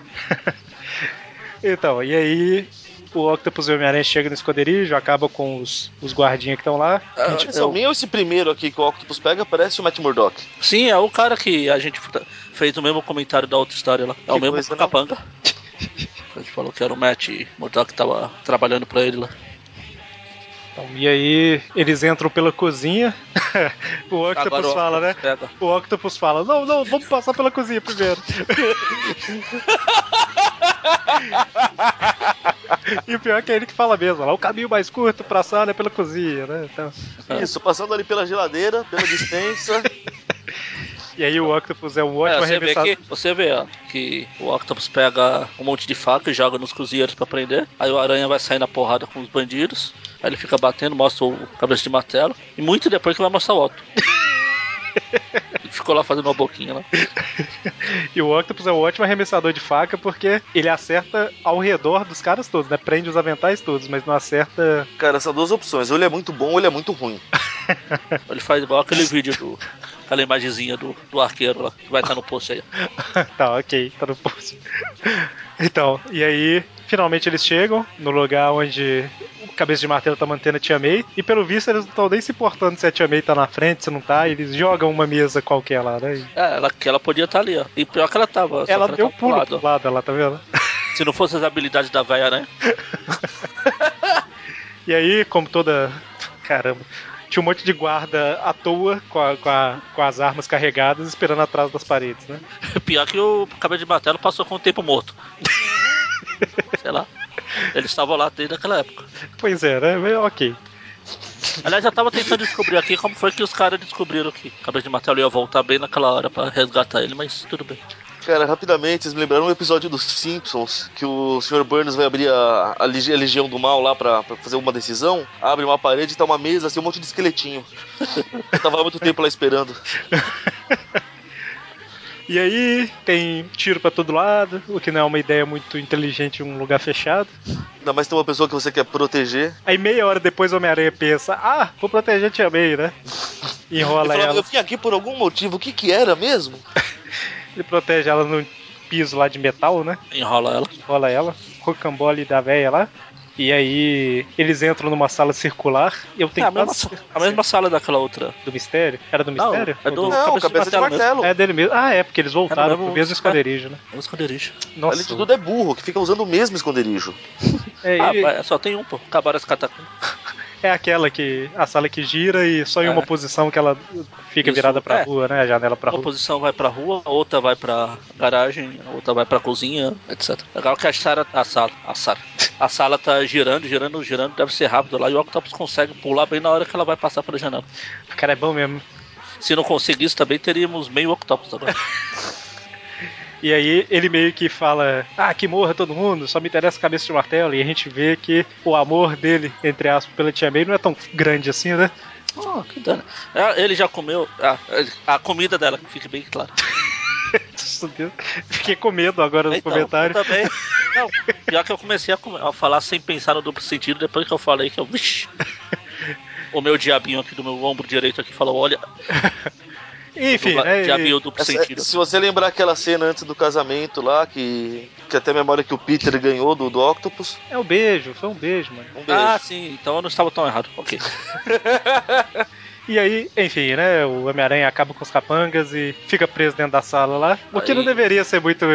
Speaker 1: Então, e aí. O Octopus e o Homem-Aranha chegam no esconderijo, acaba com os, os guardinhas que estão lá.
Speaker 3: Ah,
Speaker 2: é
Speaker 3: Atenção minha ou esse primeiro aqui que o Octopus pega parece o Matt Murdock?
Speaker 2: Sim, é o cara que a gente f- fez o mesmo comentário da outra história lá. É o
Speaker 3: Que
Speaker 2: mesmo
Speaker 3: coisa,
Speaker 2: capanga. A gente falou que era o Matt Murdock que tava trabalhando pra ele lá.
Speaker 1: Então, e aí eles entram pela cozinha. o Octopus
Speaker 2: Agora o
Speaker 1: fala, né?
Speaker 2: Pega.
Speaker 1: O Octopus fala: Não, não, vamos passar pela cozinha primeiro. e o pior é que é ele que fala mesmo: lá, O caminho mais curto pra sala é pela cozinha, né? Então,
Speaker 2: É.
Speaker 3: Isso, passando ali pela geladeira, pela dispensa.
Speaker 1: e aí o Octopus é um
Speaker 2: É,
Speaker 1: ótimo
Speaker 2: você, vê
Speaker 1: arremessador.
Speaker 2: que, você vê ó, que o Octopus pega um monte de faca e joga nos cozinheiros pra prender. Aí o Aranha vai sair na porrada com os bandidos. Aí ele fica batendo, mostra o cabeça de martelo. E muito depois que vai mostrar o Otto. Ele ficou lá fazendo uma boquinha lá.
Speaker 1: E o Octopus é um ótimo arremessador de faca porque ele acerta ao redor dos caras todos, né? Prende os aventais todos, mas não acerta.
Speaker 3: Cara, são duas opções. Ou ele é muito bom ou ele é muito ruim.
Speaker 2: Ele faz igual aquele vídeo do. Aquela imagenzinha do, do arqueiro lá, que vai estar no post aí.
Speaker 1: tá, ok, tá no post. então, e aí, finalmente eles chegam no lugar onde o cabeça de martelo tá mantendo a Tia May. E pelo visto eles não estão nem se importando se a Tia May tá na frente, se não tá. Eles jogam uma mesa qualquer lá, né? E
Speaker 2: É, ela, que ela podia estar ali, ó. E pior que ela tava. só que
Speaker 1: ela deu
Speaker 2: tava pro
Speaker 1: pulo
Speaker 2: lado,
Speaker 1: pro lado, ela tá vendo?
Speaker 2: ó. Se não fosse as habilidades da velha, né?
Speaker 1: E aí, como toda. Caramba. Tinha um monte de guarda à toa com, a- com a- com as armas carregadas esperando atrás das paredes, né?
Speaker 2: Pior que o cabelo de martelo passou com o tempo morto. Sei lá. Ele estava lá desde aquela época.
Speaker 1: Pois é, né? Mas, Ok.
Speaker 2: Aliás, eu tava tentando descobrir aqui como foi que os caras descobriram que o cabelo de martelo ia voltar bem naquela hora pra resgatar ele, mas tudo bem.
Speaker 3: Cara, rapidamente, vocês me lembraram um episódio dos Simpsons que o Sr. Burns vai abrir a, a lege- a Legião do Mal lá pra, pra fazer uma decisão. Abre uma parede e tá uma mesa, assim, um monte de esqueletinho. Eu tava há muito tempo lá esperando.
Speaker 1: E aí, tem tiro pra todo lado, o que não é uma ideia muito inteligente em um lugar fechado.
Speaker 3: Ainda mais tem uma pessoa que você quer proteger.
Speaker 1: Aí, meia hora depois, o Homem-Aranha pensa: ah, vou proteger a Tia May, né?
Speaker 3: Ele
Speaker 1: Enrola
Speaker 3: falava,
Speaker 1: ela,
Speaker 3: eu vim aqui por algum motivo, o que que era mesmo?
Speaker 1: ele protege ela num piso lá de metal, né?
Speaker 2: Enrola ela.
Speaker 1: rola ela, rocambole da véia lá. E aí eles entram numa sala circular. Eu
Speaker 2: É
Speaker 1: tenho
Speaker 2: a mesma,
Speaker 1: quase
Speaker 2: sa- a mesma sala daquela outra.
Speaker 1: do mistério. Era do
Speaker 2: Não,
Speaker 1: mistério?
Speaker 2: é
Speaker 1: Ou
Speaker 2: do-
Speaker 3: Não,
Speaker 2: cabeça de
Speaker 3: cabeça de
Speaker 2: martelo mesmo.
Speaker 3: martelo.
Speaker 1: É dele mesmo. Ah, é, porque eles
Speaker 2: É
Speaker 1: voltaram
Speaker 2: do mesmo-
Speaker 1: pro mesmo esconderijo, né?
Speaker 2: É um esconderijo.
Speaker 3: Além de
Speaker 1: Nossa.
Speaker 3: tudo é burro, que fica usando o mesmo esconderijo.
Speaker 1: É,
Speaker 2: Ah,
Speaker 1: e-
Speaker 2: vai, só tem um, pô. Acabaram as catacumbas.
Speaker 1: é aquela que. A sala que gira e só em uma
Speaker 2: É.
Speaker 1: posição que ela fica
Speaker 2: Isso,
Speaker 1: virada pra
Speaker 2: é.
Speaker 1: rua, né? A janela pra
Speaker 2: Uma
Speaker 1: rua.
Speaker 2: posição vai pra rua, a outra vai pra garagem, a outra vai pra cozinha, etc. Legal que a Sara. A sala. A Sara. A sala tá girando, girando, girando, deve ser rápido lá. E o Octopus consegue pular bem na hora que ela vai passar pela janela.
Speaker 1: Cara, é bom mesmo.
Speaker 2: Se não conseguisse também, teríamos meio Octopus agora.
Speaker 1: E aí ele meio que fala: Ah, que morra todo mundo, só me interessa a cabeça de martelo. E a gente vê que o amor dele, entre aspas, pela Tia May não é tão grande assim, né?
Speaker 2: Oh, que dano. Ah, Ele já comeu ah, a comida dela, que fique bem claro.
Speaker 1: Nossa, Deus. Fiquei com medo agora no
Speaker 2: Então,
Speaker 1: comentário.
Speaker 2: eu também. Não, pior que eu comecei a, come- a falar sem pensar no duplo sentido, depois que eu falei que eu. Vixe, o meu diabinho aqui do meu ombro direito aqui falou: olha,
Speaker 1: Enfim,
Speaker 2: dupla-
Speaker 1: né,
Speaker 2: diabinho
Speaker 1: e-
Speaker 2: duplo
Speaker 3: Essa- é-
Speaker 2: sentido.
Speaker 3: se você lembrar aquela cena antes do casamento lá, que, que até a memória que o Peter ganhou do, do Octopus,
Speaker 1: é um beijo, foi um beijo, mano.
Speaker 3: um beijo.
Speaker 2: Ah, sim, então eu não estava tão errado. Ok.
Speaker 1: E aí, enfim, né? O Homem-Aranha acaba com os capangas e fica preso dentro da sala lá. O que não
Speaker 2: Aí.
Speaker 1: deveria ser muito.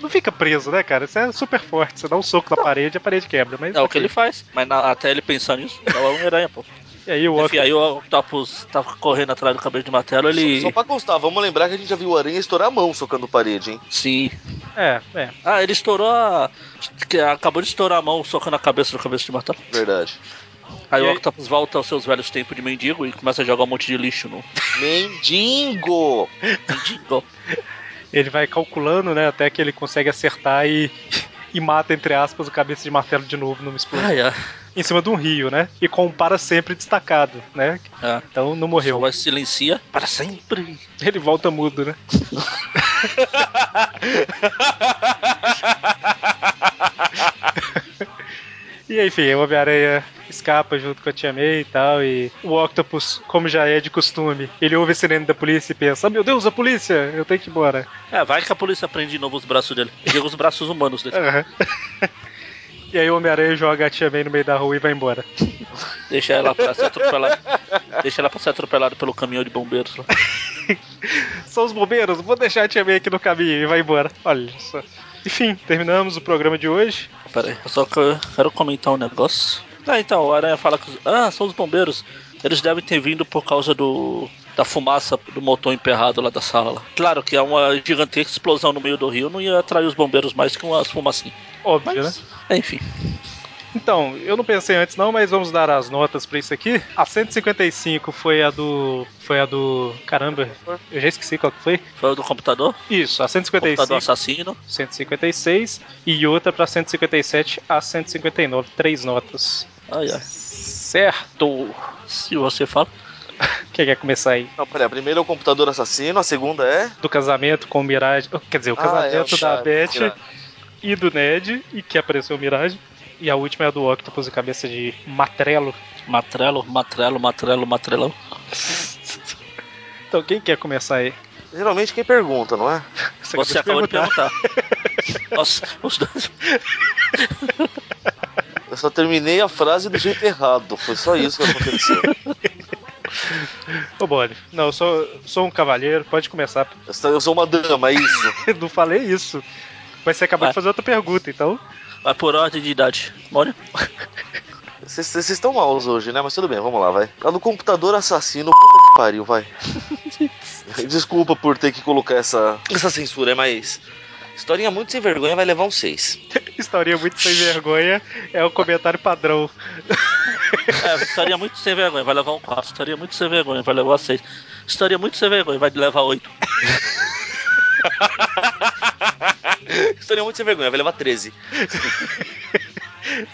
Speaker 1: Não fica preso, né, cara? Isso é super forte. Você dá um soco na parede, a parede quebra. Mas
Speaker 2: É o que ele faz, mas na- até ele pensar nisso, é uma aranha, pô.
Speaker 1: E aí o
Speaker 2: Enfim,
Speaker 1: Octopus.
Speaker 2: aí o Octopus tá correndo atrás do cabelo de martelo, ele.
Speaker 3: Só, só pra constar, vamos lembrar que a gente já viu o Aranha estourar a mão socando parede, hein?
Speaker 2: Sim.
Speaker 1: É, é.
Speaker 2: Ah, ele estourou a. que Acabou de estourar a mão socando a cabeça do cabeça de martelo.
Speaker 3: Verdade.
Speaker 2: Aí
Speaker 1: E
Speaker 2: o
Speaker 1: aí-
Speaker 2: Octopus volta aos seus velhos tempos de mendigo e começa a jogar um monte de lixo no
Speaker 3: Mendigo!
Speaker 2: mendigo.
Speaker 1: Ele vai calculando, né? Até que ele consegue acertar e. E mata, entre aspas, o cabeça de martelo de novo numa explosão.
Speaker 2: Ah, é.
Speaker 1: Em cima de um rio, né? E com um para sempre destacado, né?
Speaker 2: é.
Speaker 1: Então não morreu.
Speaker 2: Só silencia para sempre.
Speaker 1: Ele volta mudo, né? E enfim, o Homem-Aranha escapa junto com a Tia May e tal, e o Octopus, como já é de costume, ele ouve a sirene da polícia e pensa, "Ah, meu Deus, a polícia, eu tenho que ir embora.
Speaker 2: É, vai que a polícia prende de novo os braços dele. Digo os braços humanos dele.
Speaker 1: Aham. e aí o Homem-Aranha joga a Tia May no meio da rua e vai embora.
Speaker 2: Deixa ela pra ser atropelada. Deixa ela pra ser atropelada pelo caminhão de bombeiros lá.
Speaker 1: São os bombeiros, vou deixar a Tia May aqui no caminho e vai embora. Olha só. Enfim, terminamos o programa de hoje.
Speaker 2: Pera aí, só que eu quero comentar um negócio. Ah, então, o Aranha fala que. os- Ah, são os bombeiros. Eles devem ter vindo por causa do. da fumaça do motor emperrado lá da sala. Lá. Claro que é uma gigantesca explosão no meio do rio, não ia atrair os bombeiros mais que uma fumacinha.
Speaker 1: Óbvio, né?
Speaker 2: Enfim.
Speaker 1: Então, eu não pensei antes não, mas vamos dar as notas pra isso aqui. A 155 foi a do foi a do caramba, eu já esqueci qual que foi.
Speaker 2: Foi o do computador?
Speaker 1: Isso, a
Speaker 2: Computador
Speaker 1: 155,
Speaker 2: assassino.
Speaker 1: 156 e outra pra 157 a 159, três notas.
Speaker 2: Ai, ai.
Speaker 1: Certo.
Speaker 2: Se você fala.
Speaker 1: Quem quer começar aí?
Speaker 3: Não, peraí, a primeira é o computador assassino, a segunda é.
Speaker 1: Do casamento com o Mirage. oh, Quer dizer, o
Speaker 3: Ah, é, o
Speaker 1: casamento da
Speaker 3: Chaves,
Speaker 1: Beth
Speaker 3: claro.
Speaker 1: e do Ned, e que apareceu o Mirage. E a última é a do Octopus e cabeça de Matrelo.
Speaker 2: Matrelo, matrelo, matrelo, matrelão.
Speaker 1: Então, quem quer começar aí?
Speaker 3: Geralmente quem pergunta, não é?
Speaker 2: Você
Speaker 1: acabou
Speaker 2: acabou de perguntar. Nossa, os dois.
Speaker 3: Eu só terminei a frase do jeito errado. Foi só isso que aconteceu.
Speaker 1: Ô, Bonnie, não, eu sou, sou um cavalheiro, pode começar.
Speaker 3: Eu sou- Eu sou uma dama, é isso.
Speaker 1: não falei isso. Mas você acabou
Speaker 3: Ah.
Speaker 2: Ué.
Speaker 1: de fazer outra pergunta, então.
Speaker 2: Vai por ordem de idade. Mônio?
Speaker 3: Vocês vocês estão maus hoje, né? Mas tudo bem, vamos lá, vai. Tá no computador assassino, puta que pariu, vai. Desculpa por ter que colocar essa, essa censura, mas. Historinha muito sem vergonha vai levar um 6.
Speaker 1: Historinha muito sem vergonha é o comentário padrão.
Speaker 2: É, estaria muito sem vergonha, vai levar um 4. Estaria muito sem vergonha, vai levar 6. Estaria muito sem vergonha, vai levar 8.
Speaker 3: Historinha muito sem vergonha vai levar 13.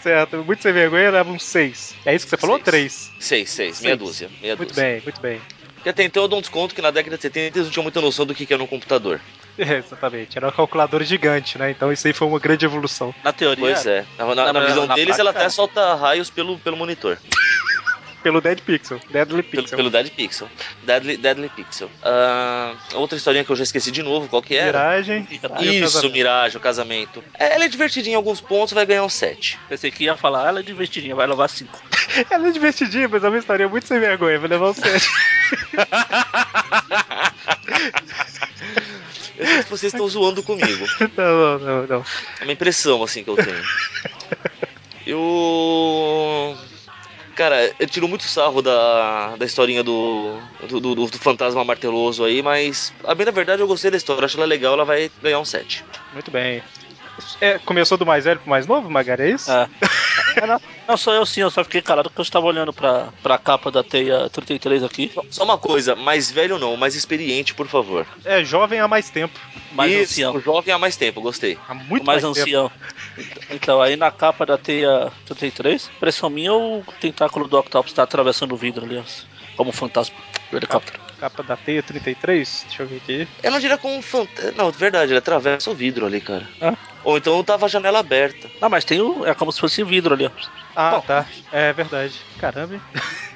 Speaker 1: Certo, muito sem vergonha leva um 6. É isso que você falou?
Speaker 3: Seis. É
Speaker 1: 3.
Speaker 3: 6, 6, meia
Speaker 1: Seis.
Speaker 3: dúzia. Meia
Speaker 1: Muito
Speaker 3: dúzia.
Speaker 1: bem, muito bem.
Speaker 3: Porque até então eu dou um desconto que na década de 70 eles não tinham muita noção do que que era um computador.
Speaker 1: É, exatamente, era uma calculadora gigante, né? Então isso aí foi uma grande evolução.
Speaker 2: Na teoria.
Speaker 3: Pois é. Na, na-
Speaker 2: Na-
Speaker 3: na visão
Speaker 2: na
Speaker 3: deles,
Speaker 2: prática,
Speaker 3: ela até
Speaker 2: não.
Speaker 3: solta raios pelo, pelo monitor.
Speaker 1: Pelo Dead Pixel, Deadly
Speaker 3: Pelo,
Speaker 1: Pixel.
Speaker 3: pelo Dead Pixel. Deadly, Deadly Pixel. Ah, outra historinha que eu já esqueci de novo, qual que era?
Speaker 1: Miragem. Ah,
Speaker 2: Miragem.
Speaker 1: e o
Speaker 3: Isso,
Speaker 1: casamento.
Speaker 3: Mirage, o casamento. É, Ela é divertidinha em alguns pontos, vai ganhar um 7.
Speaker 2: Pensei que ia falar, ela é divertidinha, vai levar 5.
Speaker 1: Ela é divertidinha, mas é uma história muito sem vergonha. Vou levar um 7.
Speaker 3: Eu sei que vocês estão zoando comigo.
Speaker 1: não, não, Tá não, não.
Speaker 3: É uma impressão, assim, que eu tenho. Eu. Cara, eu tiro muito sarro da, da historinha do do, do, do fantasma marteloso aí, mas a bem na verdade eu gostei da história, acho ela legal, ela vai ganhar um 7.
Speaker 1: Muito bem. É, começou do mais velho pro mais novo, Magari, é isso?
Speaker 2: É. Não, sou eu sim, eu só fiquei calado porque eu estava olhando pra, pra capa da teia 33 aqui.
Speaker 3: Só- Só uma coisa, mais velho não, mais experiente, por favor.
Speaker 1: É jovem há mais tempo.
Speaker 2: Mais
Speaker 3: Isso,
Speaker 2: ancião.
Speaker 3: o jovem há mais tempo, gostei.
Speaker 1: Há muito mais,
Speaker 2: mais
Speaker 1: tempo.
Speaker 2: ancião. Então, aí na capa da teia 33, pressão minha, o tentáculo do Octopus tá atravessando o vidro ali, ó, como um fantasma do helicóptero.
Speaker 1: Capa da teia 33, deixa eu ver aqui.
Speaker 3: Eu não diria como um fantasma. Não, de verdade, ele atravessa o vidro ali, cara.
Speaker 2: Ah.
Speaker 3: Ou então tava a janela aberta.
Speaker 2: Não, mas tem o. É como se fosse vidro ali, ó.
Speaker 1: Ah,
Speaker 3: Bom.
Speaker 1: tá. É verdade. Caramba. hein?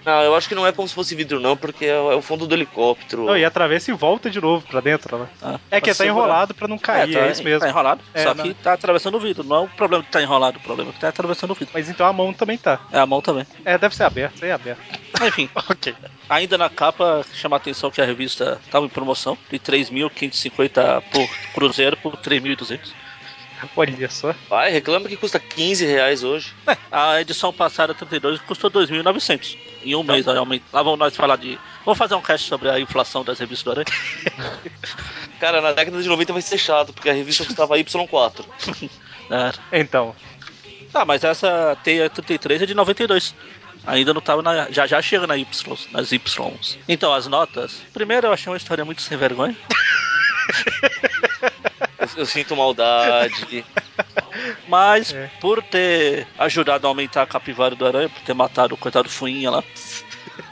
Speaker 3: Não, eu acho que não é como se fosse vidro, não, porque é o é o fundo do helicóptero.
Speaker 1: Não, e atravessa e volta de novo pra dentro, né?
Speaker 2: Ah,
Speaker 1: É que
Speaker 2: mas
Speaker 1: tá
Speaker 2: segura-
Speaker 1: enrolado pra não cair, é,
Speaker 2: tá-
Speaker 1: isso mesmo.
Speaker 2: Tá enrolado,
Speaker 1: É,
Speaker 2: só
Speaker 1: não.
Speaker 2: que tá atravessando o vidro. Não é o problema que tá enrolado, o problema é que tá atravessando o vidro.
Speaker 1: Mas então a mão também tá.
Speaker 2: É a mão também.
Speaker 1: É, deve ser aberta, isso aí é aberto.
Speaker 2: Enfim,
Speaker 1: Ok.
Speaker 2: ainda na capa, chama a atenção que a revista estava em promoção de 3.550 por cruzeiro por 3.200.
Speaker 1: Olha só.
Speaker 3: Vai, reclama que custa 15 reais hoje.
Speaker 2: É, a edição passada, 32, custou 2.900. Em
Speaker 1: Então.
Speaker 2: um mês, realmente. Lá vamos nós falar de... Vamos fazer um cast sobre a inflação das revistas do Aranha.
Speaker 3: Cara, na década de 90 vai ser chato, porque a revista custava Y4.
Speaker 2: É.
Speaker 1: Então,
Speaker 2: Tá, mas essa teia 33 é de 92. Ainda não tava na. Já já chega na y, nas Y. Então, as notas. Primeiro, eu achei uma história muito sem vergonha.
Speaker 3: Eu, eu sinto maldade.
Speaker 2: Mas,
Speaker 1: É.
Speaker 2: por ter ajudado a aumentar a capivara do aranha, por ter matado o coitado Fuinha lá.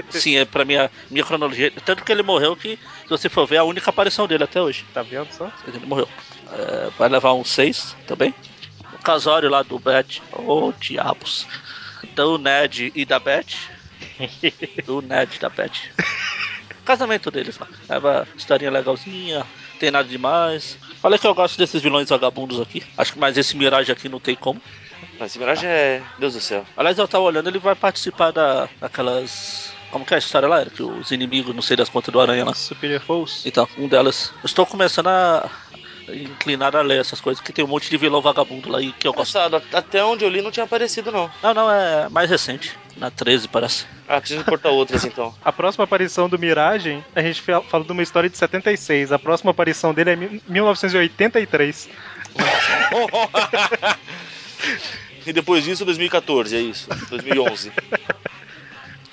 Speaker 2: Sim, é pra minha, minha cronologia. Tanto que ele morreu que, se você for ver, é a única aparição dele até hoje.
Speaker 1: tá vendo só?
Speaker 2: Ele morreu. É, vai levar um 6 também. O casório lá do Bet. Ô diabos. Do Ned e da Bet. Do Ned e da Bet. Casamento deles lá. Leva historinha legalzinha. Tem nada demais. Falei que eu gosto desses vilões vagabundos aqui. Acho que mais esse Mirage aqui não tem como.
Speaker 3: Não, esse mirage é. Deus do céu.
Speaker 2: Aliás, eu tava olhando, ele vai participar da, daquelas. Como que é a história lá? Que os inimigos, não sei das contas do Aranha lá.
Speaker 1: Superior Force.
Speaker 2: Então, um delas. Eu estou começando a inclinar a ler essas coisas, que tem um monte de vilão vagabundo lá e que eu gosto.
Speaker 3: Engraçado, a- até onde eu li não tinha aparecido, não.
Speaker 2: Não, não, é mais recente. Na 13, parece.
Speaker 3: Ah, preciso importar outras então.
Speaker 1: A próxima aparição do Miragem, a gente fa- fala de uma história de 76. A próxima aparição dele é mi- 1983.
Speaker 3: e depois disso, 2014, é isso. 2011.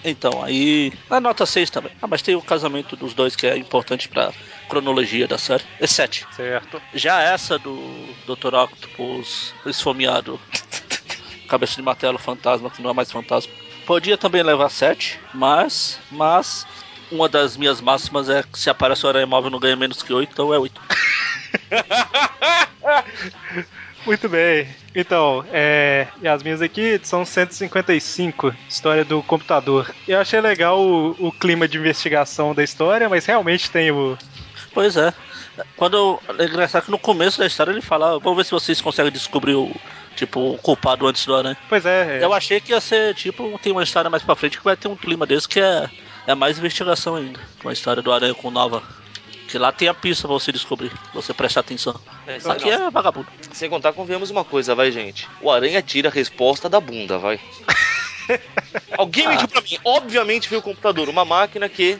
Speaker 2: Então, aí. Na nota 6 também. Ah, mas tem o casamento dos dois que é importante pra cronologia da série. É 7.
Speaker 1: Certo.
Speaker 2: Já essa do Dr. Octopus esfomeado, cabeça de martelo fantasma, que não é mais fantasma. Podia também levar 7, mas. Mas. uma das minhas máximas é que se aparece o aranha móvel não ganha menos que 8, então é 8.
Speaker 1: Muito bem. Então, é, e as minhas aqui são 155, história do computador. Eu achei legal o, o clima de investigação da história, mas realmente tem o.
Speaker 2: Pois é. Quando eu, é engraçado que no começo da história ele fala, vamos ver se vocês conseguem descobrir o tipo o culpado antes do aranha.
Speaker 1: Pois é, é,
Speaker 2: Eu achei que ia ser tipo, tem uma história mais pra frente que vai ter um clima desse que é, é mais investigação ainda. Com a história do aranha com nova. Que lá tem a pista pra você descobrir, pra você prestar atenção.
Speaker 3: É, sem,
Speaker 2: Aqui é vagabundo.
Speaker 3: sem contar, convenhamos uma coisa, vai, gente. O Aranha tira a resposta da bunda, vai. Alguém mentiu pra mim. Obviamente foi o computador, uma máquina que.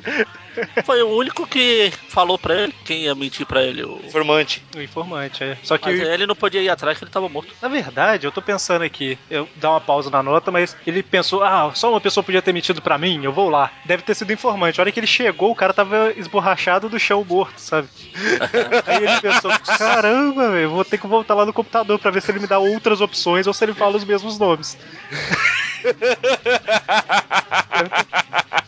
Speaker 2: Foi o único que falou pra ele quem ia mentir pra ele. O...
Speaker 3: Informante.
Speaker 1: o informante, é. Só que.
Speaker 2: Mas ele não podia ir atrás que ele tava morto.
Speaker 1: Na verdade, eu tô pensando aqui, eu dar uma pausa na nota, mas ele pensou, ah, só uma pessoa podia ter mentido pra mim, eu vou lá. Deve ter sido informante. A hora que ele chegou, o cara tava esborrachado do chão morto, sabe? Aí ele pensou, caramba, velho, vou ter que voltar lá no computador pra ver se ele me dá outras opções ou se ele fala os mesmos nomes. Deve ter-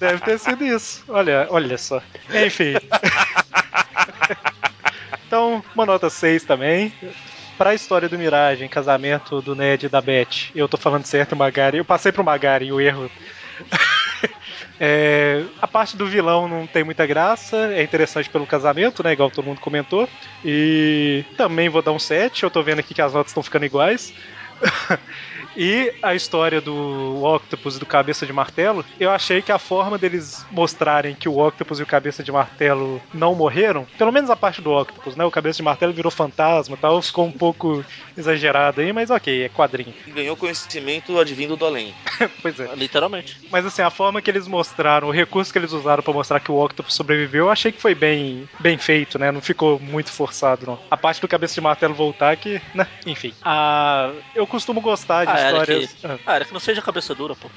Speaker 1: Deve ter sido isso. Olha, olha só. Enfim. Então, uma nota 6 também. Pra história do Mirage, em casamento do Ned e da Beth, eu tô falando certo, Magari. Eu passei pro Magari o erro. É, a parte do vilão não tem muita graça, é interessante pelo casamento, né? Igual todo mundo comentou. E também vou dar um 7, eu tô vendo aqui que as notas estão ficando iguais. E a história do Octopus e do Cabeça de Martelo, eu achei que a forma deles mostrarem que o Octopus e o Cabeça de Martelo não morreram, pelo menos a parte do Octopus, né? O Cabeça de Martelo virou fantasma e tal, ficou um pouco exagerado aí, mas ok, é quadrinho.
Speaker 3: E ganhou conhecimento advindo do além.
Speaker 1: pois é.
Speaker 2: Literalmente.
Speaker 1: Mas assim, a forma que eles mostraram, o recurso que eles usaram pra mostrar que o Octopus sobreviveu, eu achei que foi bem, bem feito, né? Não ficou muito forçado, não. A parte do Cabeça de Martelo voltar que, né? Enfim. Ah, eu costumo gostar de
Speaker 2: Ah, era que-
Speaker 1: histórias. Ah.
Speaker 2: Ah, era que não seja cabeça dura, pô.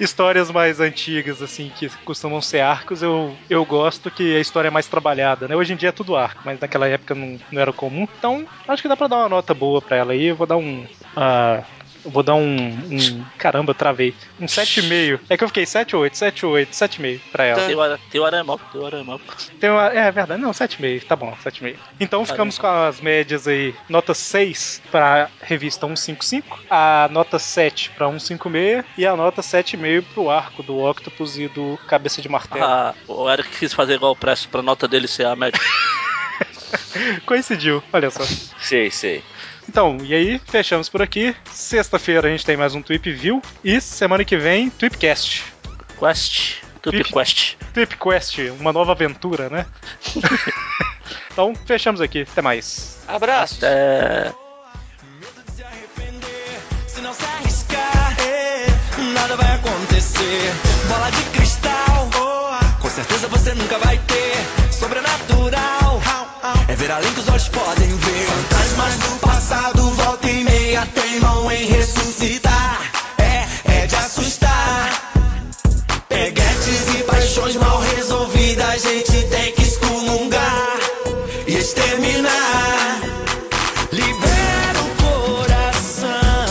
Speaker 1: histórias mais antigas, assim, que costumam ser arcos, eu, eu gosto que a história é mais trabalhada, né? Hoje em dia é tudo arco, mas naquela época não, não era comum. Então, acho que dá pra dar uma nota boa pra ela aí. Eu vou dar um. ah, eu vou dar um, um- Caramba, eu travei. Um 7,5. É que eu fiquei 7,8, 7,8, 7,5 pra ela.
Speaker 2: Tem o, ara- tem o aranha móvel, tem o aranha móvel.
Speaker 1: Tem uma- é é verdade, não, 7,5, tá bom, 7,5. Então
Speaker 2: Tá
Speaker 1: ficamos
Speaker 2: bom.
Speaker 1: com as médias aí, nota 6 pra revista 155, a nota 7 pra 156 e a nota 7,5 pro arco do Octopus e do Cabeça de Martelo.
Speaker 2: Ah, o Eric quis fazer igual o Presto pra nota dele ser a média.
Speaker 1: Coincidiu, olha só.
Speaker 3: Sei, sei.
Speaker 1: Então, e aí, fechamos por aqui. Sexta-feira a gente tem mais um Tweep View e semana que vem, Tweepcast.
Speaker 2: Quest. Tupi
Speaker 1: Ixi.
Speaker 2: Quest.
Speaker 1: Tweep Quest, uma nova aventura, né? então, fechamos aqui, até mais.
Speaker 3: Abraço.
Speaker 2: É...
Speaker 6: Medo de se arrepender, se não se arriscar, é, nada vai acontecer. Bola de cristal, oh, com certeza você nunca vai ter. Sobrenatural, é ver além que os olhos podem ver. Fantasmas do passado, volta e meia, teimam em ressuscitar. É, é de assustar. Peguetes e paixões mal resolvidas, a gente tem que excomungar e exterminar. Libera o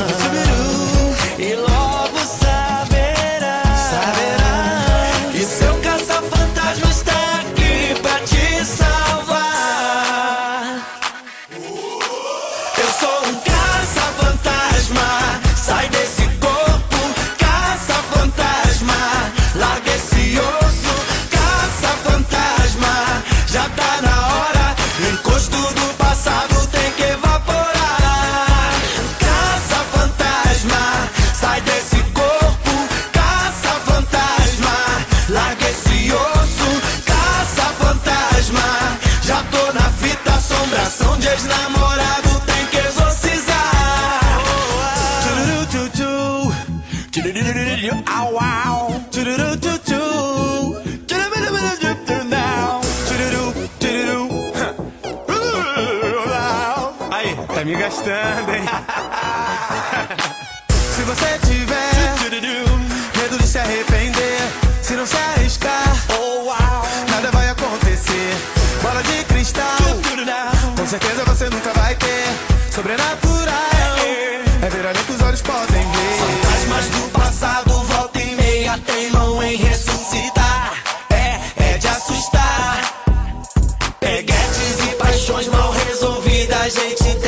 Speaker 6: coração e logo saberá, saberá que seu caça-fantasma está aqui pra te salvar. Eu sou um caça-fantasma, sai desse corpo, caça-fantasma, larga esse osso, caça-fantasma, já tá na hora, o encosto do passado tem que evaporar. Caça-fantasma, sai desse corpo, caça-fantasma, larga esse osso, caça-fantasma, já tô na fita, assombração de ex-namorado tem que exorcizar. Tururu-tutu, tururu-tururu, au, au, tururu-tutu, tururu-tururu, now, tururu, tururu, huh. Aí, tá me gastando, hein? Se você tiver medo de se arrepender, se não se arriscar, nada vai acontecer. Bola de cristal, com certeza você nunca vai ter. Sobrenatural, é ver além que os olhos podem ver. Fantasmas do passado, volta e meia, teimam em ressuscitar. É, a gente tá um tá